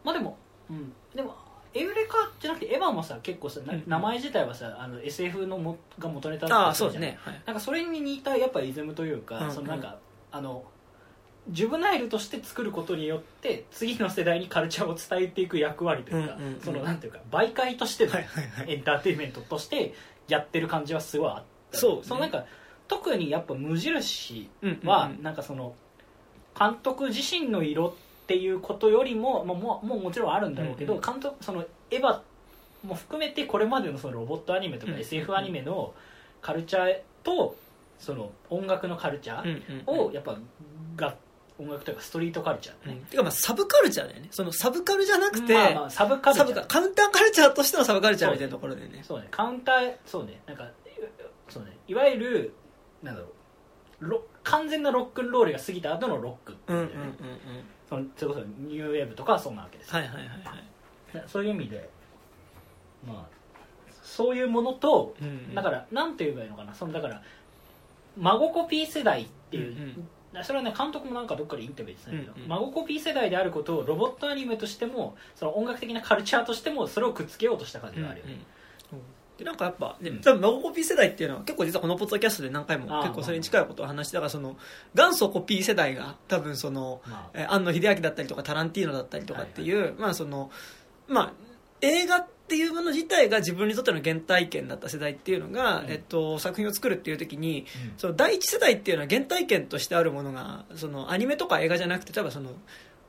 まあでも、うん、でもエウレカじゃなくてエヴァもさ結構さ、な
うん
名前自体はさあの SF のもが元ネタだ
あ
った
あ
りす
そ
る
う
じ
です
ゃない
ね、はい、
なんかそれに似たやっぱイズムというか、
うんうん
そのなんかあのジュブナイルとして作ることによって次の世代にカルチャーを伝えていく役割というか、
うんうんうん
そのなんていうか媒介としての
はいはいはい
エンターテインメントとしてやってる感じはすごいあった
そうね
そのなんか特にやっぱ無印
うんうん
はなんかその監督自身の色っていうことよりも、まあ、もうもうもちろんあるんだろうけど、
うんうん
監督そのエヴァも含めてこれまでのそのロボットアニメと
うん
か
うん
SF アニメのカルチャーとその音楽のカルチャ
うん
ー
うんうん
をやっぱが音楽というかストリートカルチャー
う
ね
ん、てかまあサブカルチャーだよねそのサブカルじゃなくて、
まあまあサブカルチ
サ
ャ
ブ
ー
カカウンターカルチャーとしてのサブカルチャーみたいなところでね
そうねカウンターそうねなんかそうねいわゆるなんだろうロ完全なロックンロールが過ぎた後のロックって
うん
い
うん
う
うん
ね
うん
そのそれこそニューウェーブとかはそうなわけです、
はいはいはいはい
そういう意味でまあそういうものと
うんうん
だからなんて言えばいいのかなそのだから孫コピー世代ってい
う
う、
ん
それはね監督もなんかどっかでインタビューで言ってたんだけ
うん
ど、
うん
孫コピー世代であることをロボットアニメとしてもその音楽的なカルチャーとしてもそれをくっつけようとした感じがあるよね、
うんうんでなんかやっぱ、で
うん
多分孫コピー世代っていうのは結構実はこのポッドキャストで何回も
あー
結構それに近いことを話してだからその元祖コピー世代が多分その
まあ
えー庵野秀明だったりとかタランティーノだったりとかっていう、まあそのまあ映画っていうもの自体が自分にとっての原体験だった世代っていうのが、
うん
えっと、作品を作るっていう時にその第一世代っていうのは原体験としてあるものがそのアニメとか映画じゃなくて例えばその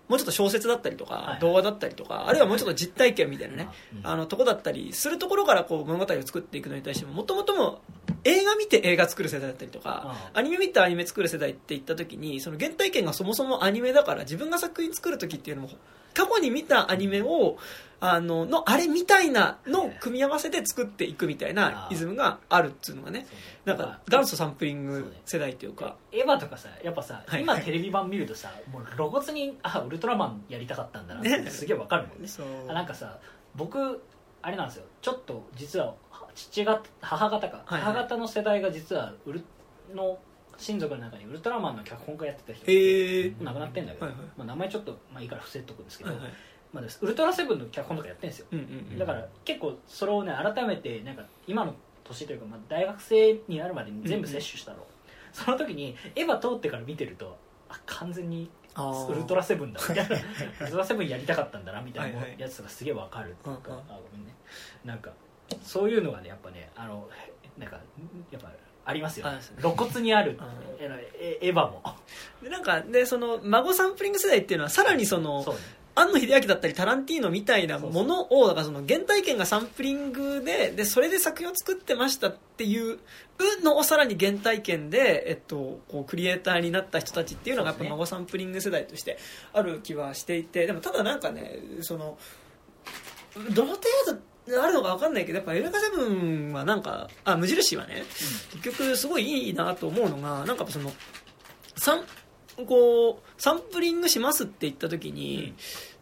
もうちょっと小説だったりと
はいは
か
い
童話だったりとかあるいはもうちょっと実体験みたいなね
うん
あのとこだったりするところからこう物語を作っていくのに対してももともとも映画見て映画作る世代だったりとか
ああ
アニメ見てアニメ作る世代って言った時にその原体験がそもそもアニメだから自分が作品作る時っていうのも過去に見たアニメをあののあれみたいなのを組み合わせて作っていくみたいなイズムがあるっていうのがねなんか元祖サンプリング世代というか
エヴァとかさやっぱさ、
はい
今テレビ版見るとさもう露骨にあウルトラマンやりたかったんだなっ
ね
てすげえわかるもんね
そう
あなんかさ僕あれなんですよちょっと実はは父が母方か、
はいはい
母方の世代が実はウルの親族の中にウルトラマンの脚本家やってた人がいて
へえ
もう亡くなってんだけど、
はいはい
まあ、名前ちょっと、まあ、いいから伏せとくんですけど、
はいはい
まあ、でもウルトラセブンの脚本とかやってんですよ
うんうん
だから結構それをね改めてなんか今の年というか、まあ、大学生になるまでに全部摂取したの、その時にエヴァ通ってから見てるとあ完全に
あー
ウルトラセブ ンだみたいなウルトラセブンやりたかったんだなみたいな
はいはい
やつがすげえわかるっていうか、
うんうん
あごめんねなんかそういうのがねやっぱねあのなんかやっぱありますよ、
あり
ね
ます、
露骨にある
あ
えらいえエヴァも
でなんかでその孫サンプリング世代っていうのはさらにその
そうね
庵野秀明だったりタランティーノみたいなものをだからその原体験がサンプリングででそれで作品を作ってましたっていうのをさらに原体験で、えっと、こうクリエイターになった人たちっていうのがやっぱ
そうですね
孫サンプリング世代としてある気はしていてでもただなんかねそのどの程度あるのか分かんないけどやっぱエルカセブンはなんかあ無印はね結局すごいいいなと思うのがなんかやっぱそのサンこうサンプリングしますって言った時に、
うん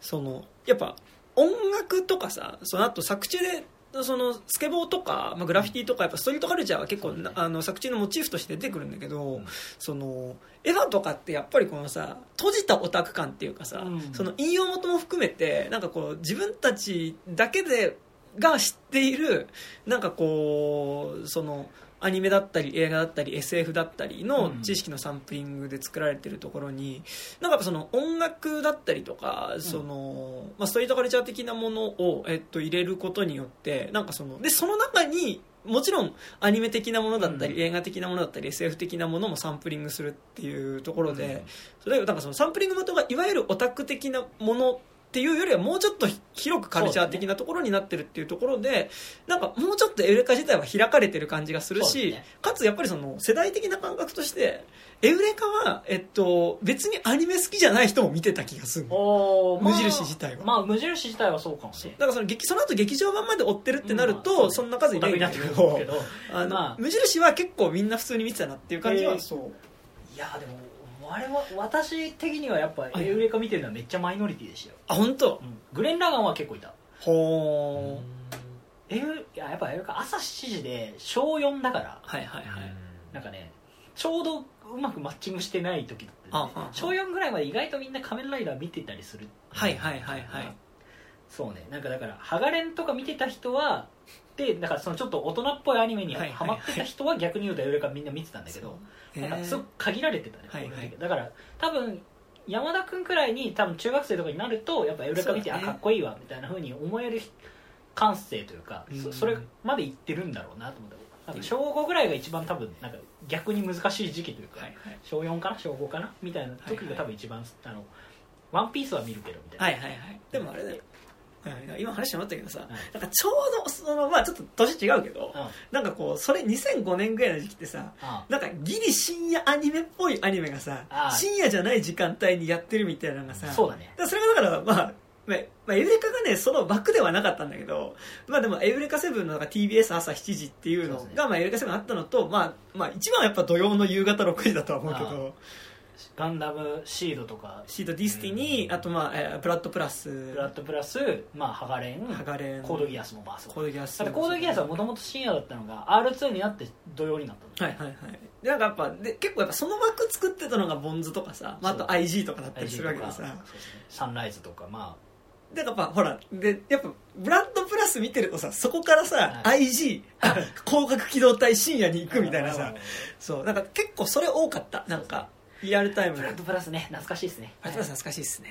そのやっぱ音楽とかさそのあと作中でそのスケボーとか、まあ、グラフィティとかやっぱストリートカルチャーは結構な、あの作中のモチーフとして出てくるんだけど、
うん
そのエヴァとかってやっぱりこのさ閉じたオタク感っていうかさ、
うん
その引用元も含めてなんかこう自分たちだけでが知っているなんかこうそのアニメだったり映画だったり SF だったりの
うん
知識のサンプリングで作られてるところに、なんかやっぱその音楽だったりとかその、まあ、ストリートカルチャー的なものを、えっと、入れることによってなんかそのでその中にもちろんアニメ的なものだったり、
うん
映画的なものだったり SF 的なものもサンプリングするっていうところで、
うん
それだけどなんかそのサンプリング元がいわゆるオタク的なものっていうよりはもうちょっと広くカルチャー的なところになってるっていうところで、なんかもうちょっとエウレカ自体は開かれてる感じがする
そう
し、
ですね
かつやっぱりその世代的な感覚としてエウレカは、えっと、別にアニメ好きじゃない人も見てた気がするの
おーまあ
無印自体は
まあ無印自体はそうかもね
だからその劇その後劇場版まで追ってるってなると、
うんまあ
そんな数いないん
お
だ
得
け
になってくる
ど
けど
あの、
まあ
無印は結構みんな普通に見てたなっていう感じは、
えー
そう
いやでも我々は私的にはやっぱエウレカ見てるのはめっちゃマイノリティでしたよ、
あ本当
うんグレン・ラガンは結構いた
ほー
エウいややっぱエウレカ朝7時で小4だから
はいはいはい
なんかねちょうどうまくマッチングしてない時だった
あ
よ
は
ね
あはあ
小4ぐらいまで意外とみんな仮面ライダー見てたりする
はいはいはいはい
そうねなんかだからハガレンとか見てた人はでだからそのちょっと大人っぽいアニメに
はいはいはい
ハマってた人は逆に言うとエウレカみんな見てたんだけど、
え
なんかすご
ー
く限られてたね、
はいはい
俺の時だから多分山田君くらいに多分中学生とかになるとやっぱエウレカ見て、
そうだ
あ
ね
かっこいいわみたいなふうに思える感性というか、そ
うん
それまでいってるんだろうなと思ったなんか小5ぐらいが一番多分なんか逆に難しい時期というか、
はいはい
小4かな小5かなみたいな時が多分一番、あのワンピースは見るけどみたいな、
はいはいはいでもあれだようん今話してもらったけどさ、
い
なんかちょうどそのまあちょっと年違うけど、
うんあ
なんかこうそれ2005年ぐらいの時期ってさ
あ
なんかギリ深夜アニメっぽいアニメがさ
ああ
深夜じゃない時間帯にやってるみたいなのがさ
そうだね
だからそれがだからまあまあまあ、エウレカがねその枠ではなかったんだけど、まあ、でもエウレカセブンのなんか TBS 朝7時っていうのが
そうですね
まあ、エウレカセブンあったのと、まあまあ、一番はやっぱ土曜の夕方6時だとは思うけど
ガンダムシードとか
シートディスティニー、
うん
あと、まあえープラットプラス
ブラッドプラス、まあ、ハガレン
ハガレン
コードギアスもバースも
コードギアス
だってコードギアスはもともと深夜だったのが R2 になって土曜になった
は
の、
いはいはいでなんかやっぱで結構やっぱその枠作ってたのがボンズとかさ、まあ、あと IG とかだったりするわけで
そうです
さ
ねサンライズとかま
でやっぱほらでやっぱブラッドプラス見てるとさそこからさ、
は
IG あ光学機動隊深夜に
あ
行くみたいな
まあ
さ
まあま
そうなんか結構それ多かったなんかリアルタイ
あ
ム
ブ
ブ
ラ
ラ
ッ
ッ
ド
ド
プラスね懐かしいですね
プラス
はい
懐かしいですね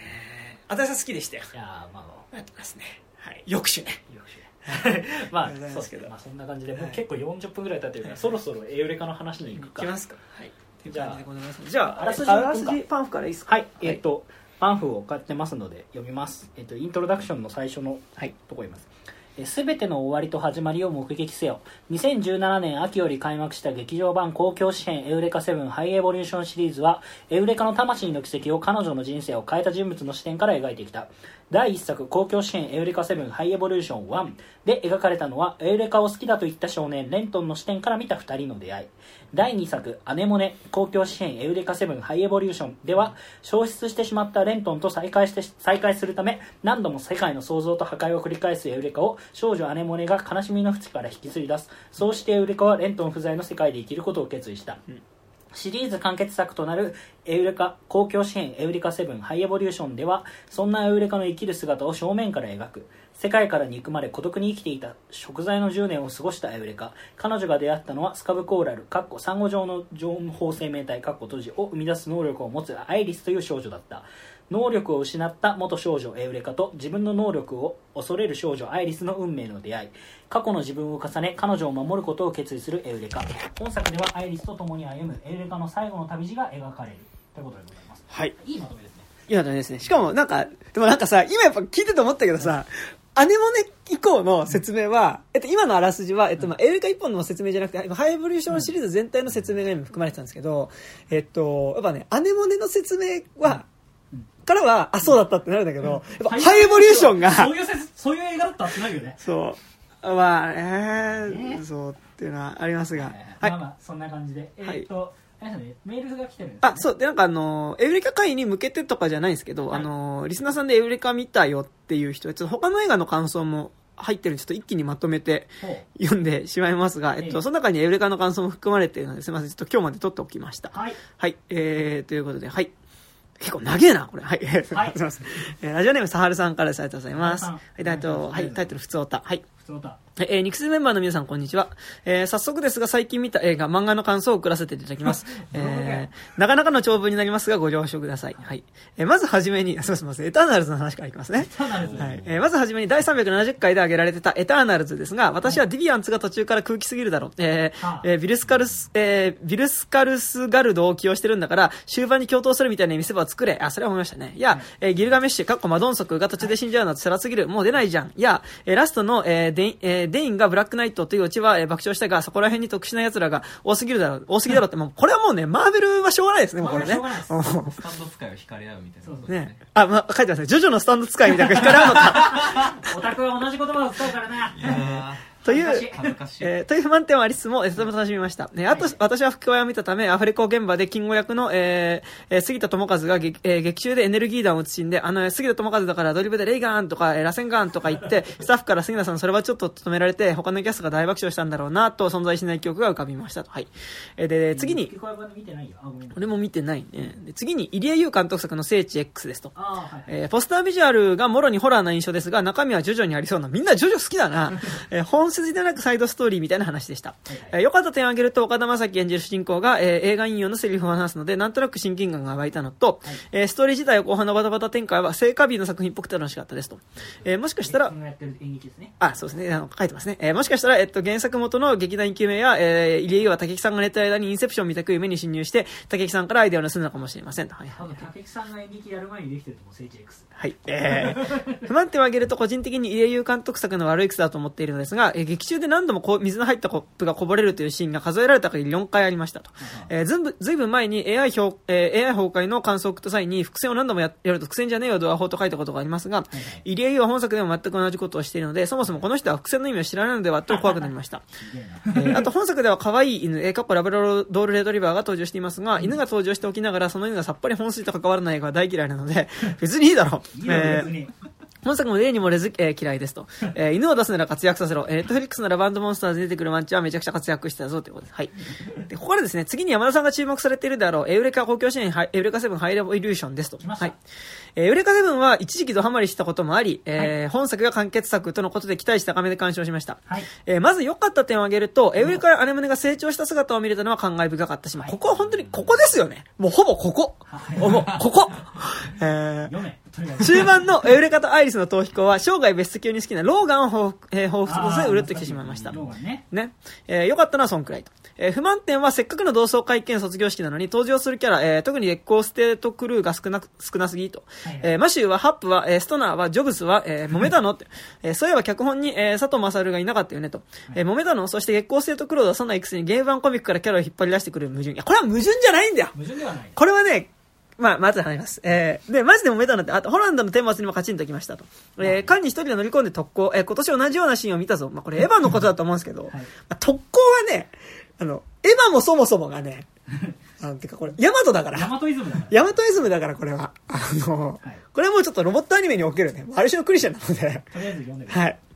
私は好きでしたよ
いやーまあま
やってますねはいよくしね
あよくしないまあ
ありがとうございま
そうですす
け
け
ど
ど、まあ、そんな感じでもう
はい
結構40分ぐらい経ってるから、
はい
そろそろエウレカの話に行
行
くか
きますかはいっていう感じでございますじ
あ
ゃあ
あらすじ
あらすじパンフからいいですか
はい、えっ、とパンフを買ってますので読みます、えっとイントロダクションの最初の、はい、とこ言いますすべての終わりと始まりを目撃せよ2017年秋より開幕した劇場版公共詩編エウレカセブンハイエボリューションシリーズはエウレカの魂の軌跡を彼女の人生を変えた人物の視点から描いてきた第1作公共詩編エウレカセブンハイエボリューション1で描かれたのはエウレカを好きだと言った少年レントンの視点から見た2人の出会い第2作アネモネ公共詩編エウレカセブンハイエボリューションでは消失してしまったレントンと再会して再会するため何度も世界の創造と破壊を繰り返すエウレカを少女アネモネが悲しみの淵から引きずり出すそうしてエウレカはレントン不在の世界で生きることを決意した、シリーズ完結作となるエウレカ公共支援エウレカセブンハイエボリューションではそんなエウレカの生きる姿を正面から描く世界から憎まれ孤独に生きていた食材の10年を過ごしたエウレカ彼女が出会ったのはスカブコーラルかっこ産後上の情報生命体かっこ閉じを生み出す能力を持つアイリスという少女だった能力を失った元少女エウレカと自分の能力を恐れる少女アイリスの運命の出会い過去の自分を重ね彼女を守ることを決意するエウレカ本作ではアイリスと共に歩むエウレカの最後の旅路が描かれるということでございます
はい
いいまとめですね
いや、ダメですね。しかも、なんか、でもなんかさ、今やっぱ聞いてて思ったけどさ、アネモネ以降の説明は、えっと、今のあらすじは、えっと、まあ、エウレカ一本の説明じゃなくて、今ハイブリューションシリーズ全体の説明が今含まれてたんですけど、えっと、やっぱね、アネモネの説明は、からは、あ、そうだったってなるんだけど、やっぱハイブリューションが、
そういうせそういう映画だったってないよね
そう、まあ、えー、そうっていうのはありますが、はい
まあ。まあそんな感じでえーっと、あれですねメールが来てるんです、ね、
あ、そう。で、なんかあの、エウレカ会に向けてとかじゃないんですけど、
はい
あの、リスナーさんでエウレカ見たよっていう人、ちょっと他の映画の感想も入ってるんで、ちょっと一気にまとめて
ほう
読んでしまいますが、えっ
ええ
と、その中にエウレカの感想も含まれているので、すいません。ちょっと今日まで撮っておきました。
はい
はい。えー、ということで、はい。結構長えな、これ。はい。 すいません。えーラジオネーム、サハルさんからです。ありがとうございます。
サ
は
ハルさん
い、タイトル、はい、タイトル、ふつおた。はい。
普通の歌
えー、肉声メンバーの皆さん、こんにちは。えー早速ですが、最近見た映画、漫画の感想を送らせていただきます。えーなかなかの長文になりますが、ご了承ください。はい。えーまずはじめに、あすいません、エターナルズの話からいきますね。
そうなんですね、
はいえーまずはじめに第370回で挙げられてたエターナルズですが、私はディビアンツが途中から空気すぎるだろう。えー
はあ
えービルスカルス、えービルスカルスガルドを起用してるんだから、終盤に共闘するみたいな見せ場を作れ。あ、それは思いましたね。いや、えーギルガメッシュ、かっこマドンソクが途中で死んじゃうのは辛すぎる。もう出ないじゃん。いや、えーラストの、えーデインえーデインがブラックナイトというオチは、えー爆笑したが、そこら辺に特殊な奴らが多すぎるだろう。多すぎだろうって、もう、これはもうね、マーベルはしょうがないですね、もうこれね。
マーベルはしょうが
うん
スタンド使いを惹かれ合うみたいなことです
ね。あ、まあ、書いてますね。ジョジョのスタンド使いみたいな光らんのか。
オタクは同じ言葉を使うからない
や
とい
恥ず
う
かしい
ー恥ずかしい
えーという不満点はありつつも、えーとても楽しみました。えーあと、
はい
私は吹き替えを見たため、アフレコ現場で金吾役の、えーえー杉田智和が劇、えー劇中でエネルギー弾を映しんで、あの、えー杉田智和だからアドリブでレイガーンとか、えー、螺旋ガーンとか言 って、スタッフから杉田さんそれはちょっとと止められて、他のキャストが大爆笑したんだろうな、と存在しない記憶が浮かびましたと。はい。えーで、次に、
聞こえ版で見てないよあごめん
俺も見てないね。で次に、入江優監督作の聖地 X ですと。
ああはい
えーポスタービジュアルがもろにホラーな印象ですが、中身は徐々にありそうな、みんな徐々好きだな。 えー本筋でなくサイドストーリーみたいな話でした。えー良かった点を挙げると、岡田将生演じる主人公が、えー映画引用のセリフを話すので、なんとなく親近感が湧いたのと、えーストーリー自体は後半のバタバタ展開は、聖火日の作品っぽくて楽しかったですと。えーもしかしたら
自、分がやってる演劇ですね
あ、そうですね。あの、書いてますね。えーもしかしたら、えっと、原作元の劇団1級名や、えー、入江は竹木さんが寝てる間にインセプションみたく夢に侵入して、竹木さんからアイデアを盗んだのかもしれませんと。はいはい
多分武木さんが演劇やる前にできてると思う聖地 X
はい。えー、 不満点を挙げると個人的に入江優監督作の悪い癖だと思っているのですが、えー劇中で何度もこう水の入ったコップがこぼれるというシーンが数えられた限り4回ありましたと。えーずんぶ、ずいぶん前に AI 表、えー AI 崩壊の感想を送った際に、伏線を何度もややると伏線じゃねえよ、ドア法と書いたことがありますが、入江優は本作でも全く同じことをしているので、そもそもこの人は伏線の意味を知らないのではと怖くなりました。
すげえな
えーあと本作では可愛い犬、えー、かっこラブラドールレトリバーが登場していますが、犬が登場しておきながら、その犬がさっぱり本筋と関わらない映画は大嫌いなので、 別にいいだろう。
いいよ
え
別
ー
に
本作も例にもれず、えー嫌いですと。えー犬を出すなら活躍させろ。えーネットフリックスならバンドモンスターズに出てくるマンチはめちゃくちゃ活躍してたぞということです。はい。で、ここからですね、次に山田さんが注目されているであろう、エウレカ公共支援、はいエウレカセブンハイレボイリューションですと。
来ました
はい。えーエウレカセブンは一時期ドハマりしたこともあり、えー本作が完結作とのことで期待した高めで鑑賞しました。
はい
えーまず良かった点を挙げると、エウレカやアネモネが成長した姿を見れたのは感慨深かったし、まあ
はい
ここは本当にここですよね。もうほぼここ。
はい
もうここ。えー
読めとにかく
中盤のエウレカとアイリスの逃避行は生涯別室級に好きなローガンを報復、えー、報復すること
あ
で
ー
うるっときてしまいました。
ローガンね
ね。えーよかったのはそんくらいと。えー不満点はせっかくの同窓会見卒業式なのに登場するキャラ、えー特にレッコーステートクルーが少なく、少なすぎと。
はいはい
えーマシューは、ハップは、えーストナーは、ジョブスは、えー揉めたのって。えーそういえば脚本に、えー佐藤勝がいなかったよねと。えー揉めたのそして月光生と黒を出さないくせにゲーム版コミックからキャラを引っ張り出してくる矛盾。いや、これは矛盾じゃないんだよ
矛盾ではない
これはね、まあ、まず話します。えーで、マジで揉めたのって、あと、ホランドの天末にもカチンときましたと。えー、缶に一人で乗り込んで特攻、えー今年同じようなシーンを見たぞ。まあ、これエヴァのことだと思うんですけど、まあ特攻はね、あの、エヴァもそもそもが ね、あの、てかこれ、ヤマトだから。
大和イズムだから
ヤマトイズムだから、これは。あの、
はい
これはもうちょっとロボットアニメにおけるね、ある種のクリシャンなので、
とりあえず読んでください
はい。えー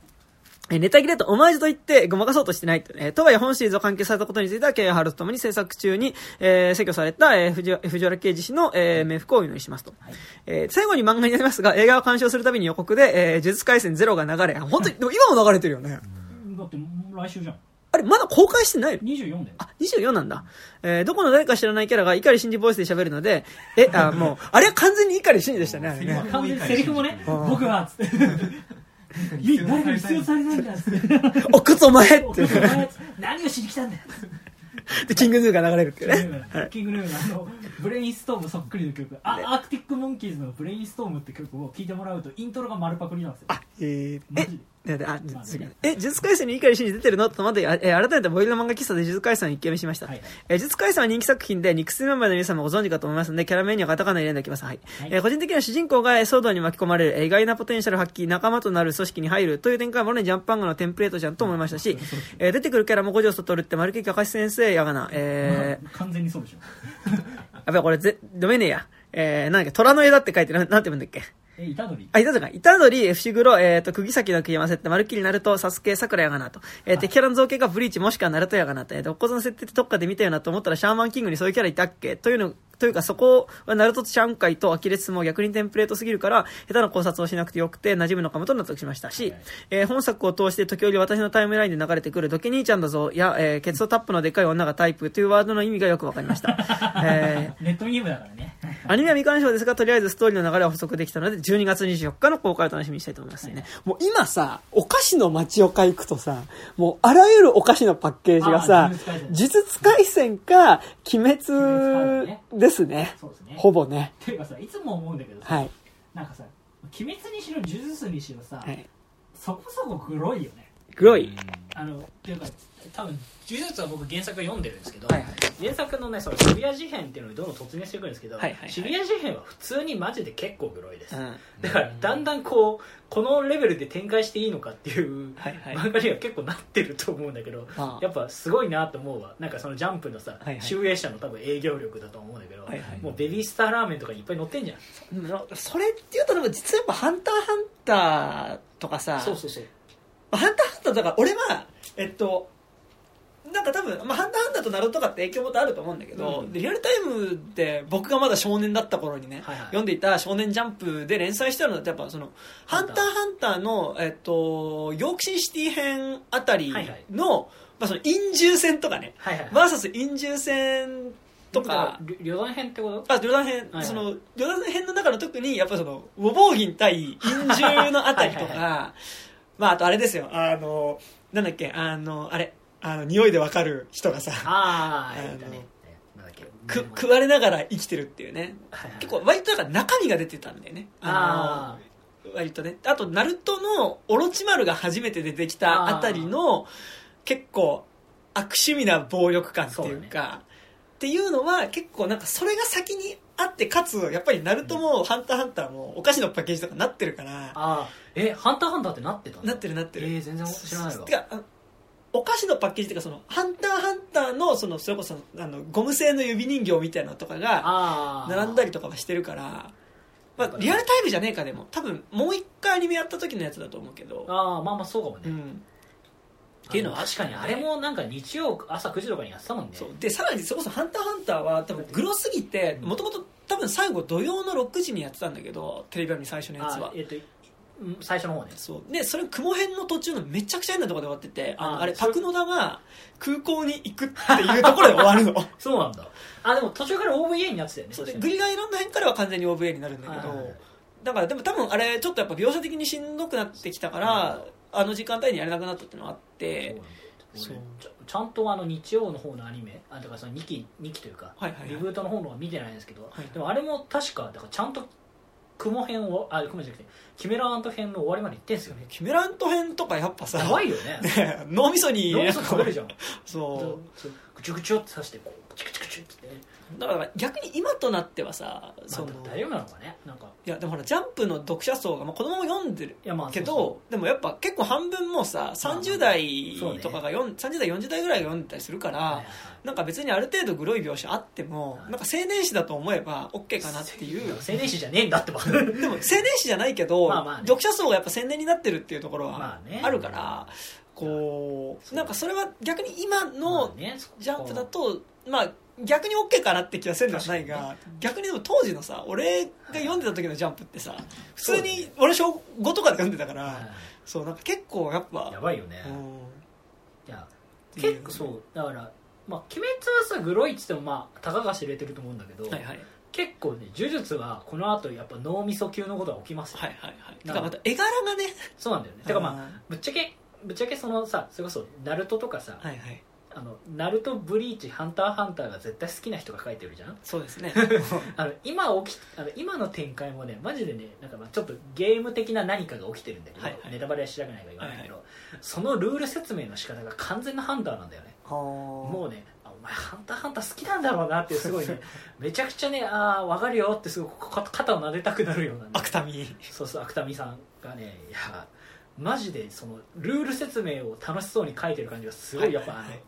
ネタ切れとオマージュと言ってごまかそうとしてないと。えーとはいえ本シリーズを完結されたことについては、慶応春とともに制作中に、えー、制御された、えー藤原藤原刑事氏の、えー冥福をお祈りしますと、えー最後に漫画になりますが、映画を鑑賞するたびに予告で、えー、呪術廻戦ゼロが流れ、あ本当に、でも今も流れてるよね。
だって来週じゃん
あれ、まだ公開してないの
24だよ
あ、24なんだ。えーどこの誰か知らないキャラが碇シンジボイスで喋るので、え、あ、もう、あれは完全に碇シンジでしたね、あれ ね。
完全にセリフもね「
うん
僕は」っつって 「いや誰かに必要されないんだ」っつって
お靴お前
お
って。
前何をしに来たんだよ
で、キングヌーが流れるっていうね。
キングヌーのあのブレインストームそっくりの曲あアークティック・モンキーズの「ブレインストーム」って曲を聴いてもらうとイントロが丸パクリなんですよ
あ、えー、
マ
え
ジで
だってあ
まあね
次え、呪術廻戦に碇シンジ出てるのとまで、あえー改めてボイルの漫画喫茶で呪術廻戦を一気読みしました。
はいはい
えー、呪術廻戦は人気作品で、肉水メンバーの皆さんもご存知かと思いますので、キャラメニューはカタカナ入れんでおきます。はい。
はい
えー個人的には主人公がえー騒動に巻き込まれる、えー意外なポテンシャル発揮、仲間となる組織に入るという展開もね、ジャンパンガのテンプレートじゃんと思いましたし、えー出てくるキャラも五条悟って、丸木明石先生やがな、え
まあ完全にそうでしょ
ー、やべ、これぜ、読めねえや。えー、なんだっけ、虎の枝って書いてな、なんて読むんだっけ
え虎杖
あ、いたぞか。いたのり、伏黒、えっ、と、釘崎の組み合わせって、まるっきりナルト、サスケ、桜やがなと。えー、敵キャラの造形がブリーチもしくはナルトやがなと。えー、どこぞの設定って特化で見たよなと思ったら、シャーマンキングにそういうキャラいたっけというの、というか、そこはナルトとシャンカイとアキレスも逆にテンプレートすぎるから、下手な考察をしなくてよくて、馴染むのかもと納得しましたし、えー本作を通して時折私のタイムラインで流れてくる、ドケ兄ちゃんだぞ、や、えー、ケツとタップのでかい女がタイプというワードの意味がよくわかりま した。えー
ネットゲームだからね
アニメは未完賞ですが、とりあえずストーリーの流れを補足できたので、12月24日の公開を楽しみにしたいと思いますね。もう今さ、お菓子の町岡行くとさ、もうあらゆるお菓子のパッケージが
あ
さ
ー、
呪術廻戦か、鬼
滅
滅ですね。
そうですね
ほぼね。
っていうかさいつも思うんだけどさ、
はい。
なんかさ鬼滅にしろ呪術にしろさ、
はい。
そこそこグロいよね
黒い。
あのっていうか多分呪術は僕原作は読んでるんですけど、
はいはい
原作のねその渋谷事変っていうのにどんどん突入していくんですけど、
はいはいはい
渋谷事変は普通にマジで結構グロいです、
うん
だからだんだんこうこのレベルで展開していいのかっていう
はいはい
漫画には結構なってると思うんだけど、
ああ
やっぱすごいなと思うわなんかそのジャンプのさ、
はいはい
集英社の多分営業力だと思うんだけど、
はいはい
もうベビースターラーメンとかにいっぱい載ってんじゃん
それって言うと、でも実はやっぱハンターハンターとかさ
そうそうそう
まあハンターハンターだから俺はえっとなんか多分、まあ、ハンターハンターとナルトとかって影響もあると思うんだけど、
うん
でリアルタイムで僕がまだ少年だった頃にね、
はいはい
読んでいた「少年ジャンプ」で連載してあるのってやっぱその「ハ
ハ
ン
ン
タ
タ
ー
ー
ハンターの」えっと、ヨークシンシティ編あたりの,、
はいはい
まあ、その陰獣戦とかね
はいはい、
VS 陰獣戦とか。
旅旅団編ってこと
あ、旅団編、
はい
その、旅団編の中の特に、やっぱその、ウォボウギン対陰獣のあたりとか、
はい
まあ、あとあれですよ、あの、なんだっけ、あの、あれ、あの、匂いでわかる人がさ、
ああ
あの
いいんだねなんだっけ
く、
名前
食われながら生きてるっていうね。
はいはい
結構、割となんか中身が出てたんだよね。
あ
の割とね。あと、ナルトのオロチマルが初めて出てきたあたりの、結構、悪趣味な暴力感っていう
そう
か、っていうのは結構なんかそれが先にあって、かつ、やっぱりナルトもハンターハンターもお菓子のパッケージとかなってるから、
ああえハンターハンターってなってたんだ
なってるなってる。
えー全然知らないわ
てかあお菓子のパッケージっていうかそのハンターハンターのそのそれこそあのゴム製の指人形みたいなのとかが
ああ
並んだりとかはしてるから、ま
だか
あ、
ら
リアルタイムじゃねえかでも多分もう一回アニメやった時のやつだと思うけど、
ああまあまあそうかもね、
うん、っ
ってて
い
いうう
の
の
は
は確かにあれもなんか日曜朝9時とかにやってたもんね
そうでさらにそれこそ「ハンターハンター」は多分グロすぎてもともと多分最後土曜の6時にやってたんだけどテレビ番組最初のやつ
あ
は
えっ、とうん最初の方ね
そうでそれ雲編の途中のめちゃくちゃ変なところで終わっててあの
あ
あれ
そう
パクノダが空港に行くっていうところで終わるの
そうなんだあでも途中から OVA になってたよ ね
そうで
確
グ
かに
リがいろんな辺からは完全に OVA になるんだけど、
はいはいはい
だからでも多分あれちょっとやっぱ描写的にしんどくなってきたからあの時間帯にやれなくなったっていうのがあって
そう
そう
なんだ俺ちゃちゃんとあの日曜の方のアニメあだからその2期二期というか、
はいはいはい
リブートの方のは見てないんですけど、
はい
でもあれも確かだからちゃんと雲編をあ雲じゃなくてキメラアント編の終わりまで行ってんすよね
キメラント編とかやっぱさ
やばいよ ね
ね脳みそに
脳みそ食べるじゃん
そう
ぐちゅぐちゅって刺してこうチクチクチクって
だから逆に今となってはさ
そ
その
う大丈夫なのかねなんか
いやでもほらジャンプの読者層が、まあ、子供も読んでる
いやまあ
けど
そうそ
でもやっぱ結構半分もうさ30代
そうね
とかが、よん30代40代ぐらいが読んでたりするから、
はいはい
なんか別にある程度グロい描写あっても、
はい
なんか青年誌だと思えば OK かなっていう
青年誌じゃねえんだってば
でも青年誌じゃないけど、
まあまあね
読者層がやっぱ青年になってるっていうところは
まあね
あるから、こうなんかそれは逆に今 の
ね
ジャンプだと、まあ、逆に OK かなって気はせるではないが、逆にでも当時のさ俺が読んでた時のジャンプってさ普通
そう
に俺小5とかで読んでたから、
は
そうなんか結構やっぱ
いやばいよね
うん
いや
ていう
結構そうだからまあ鬼滅はさグロいっつってもまあたかが知れてると思うんだけど
はいはい
結構ね呪術はこの後やっぱ脳みそ級のことが起きますよ
はいはいはいて
なんか
かまた絵柄がね
そうなんだよねてかまあ
あ
ぶっちゃけぶっちゃけそのさそれこそナルトとかさ
ーはいはい
あのナルトブリーチハンターハンターが絶対好きな人が書いてるじゃん
そう ですね
あの今起きあの今の展開もねマジでねなんかまあちょっとゲーム的な何かが起きてるんだけど、
はいはい
ネタバレはしらくないから言わないけど、そのルール説明の仕方が完全なハンターなんだよねも
も
うねあお前ハンターハンター好きなんだろう なっていうすごいねめちゃくちゃねああ分かるよってすごくか肩を撫でたくなるようなね、
芥見
そうそう芥見さんがねいやマジでそのルール説明を楽しそうに書いてる感じがすごいやっぱ、
はいはい
あの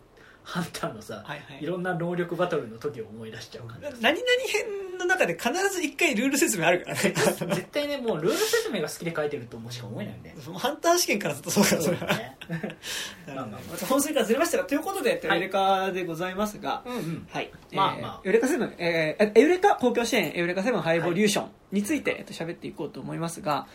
ハンターのさ、
はい
い
はい
ろんな能力バトルの時を思い出しちゃう感じ
何々編の中で必ず一回ルール説明あるからね
絶対ねもうルール説明が好きで書いてるともしか思えないんで
そ のハンター試験からずっとそうだそ
そう
れは
だね
なる
まあまあま
ほど本数からずれましたがということで、
はい
エウレカでございますが
うんうん
はい、
まあまあ
えーエウレカセブン、えー、えエウレカ公共支援エウレカセブンハイボリューションについて、
はい
えっと喋っていこうと思いますが、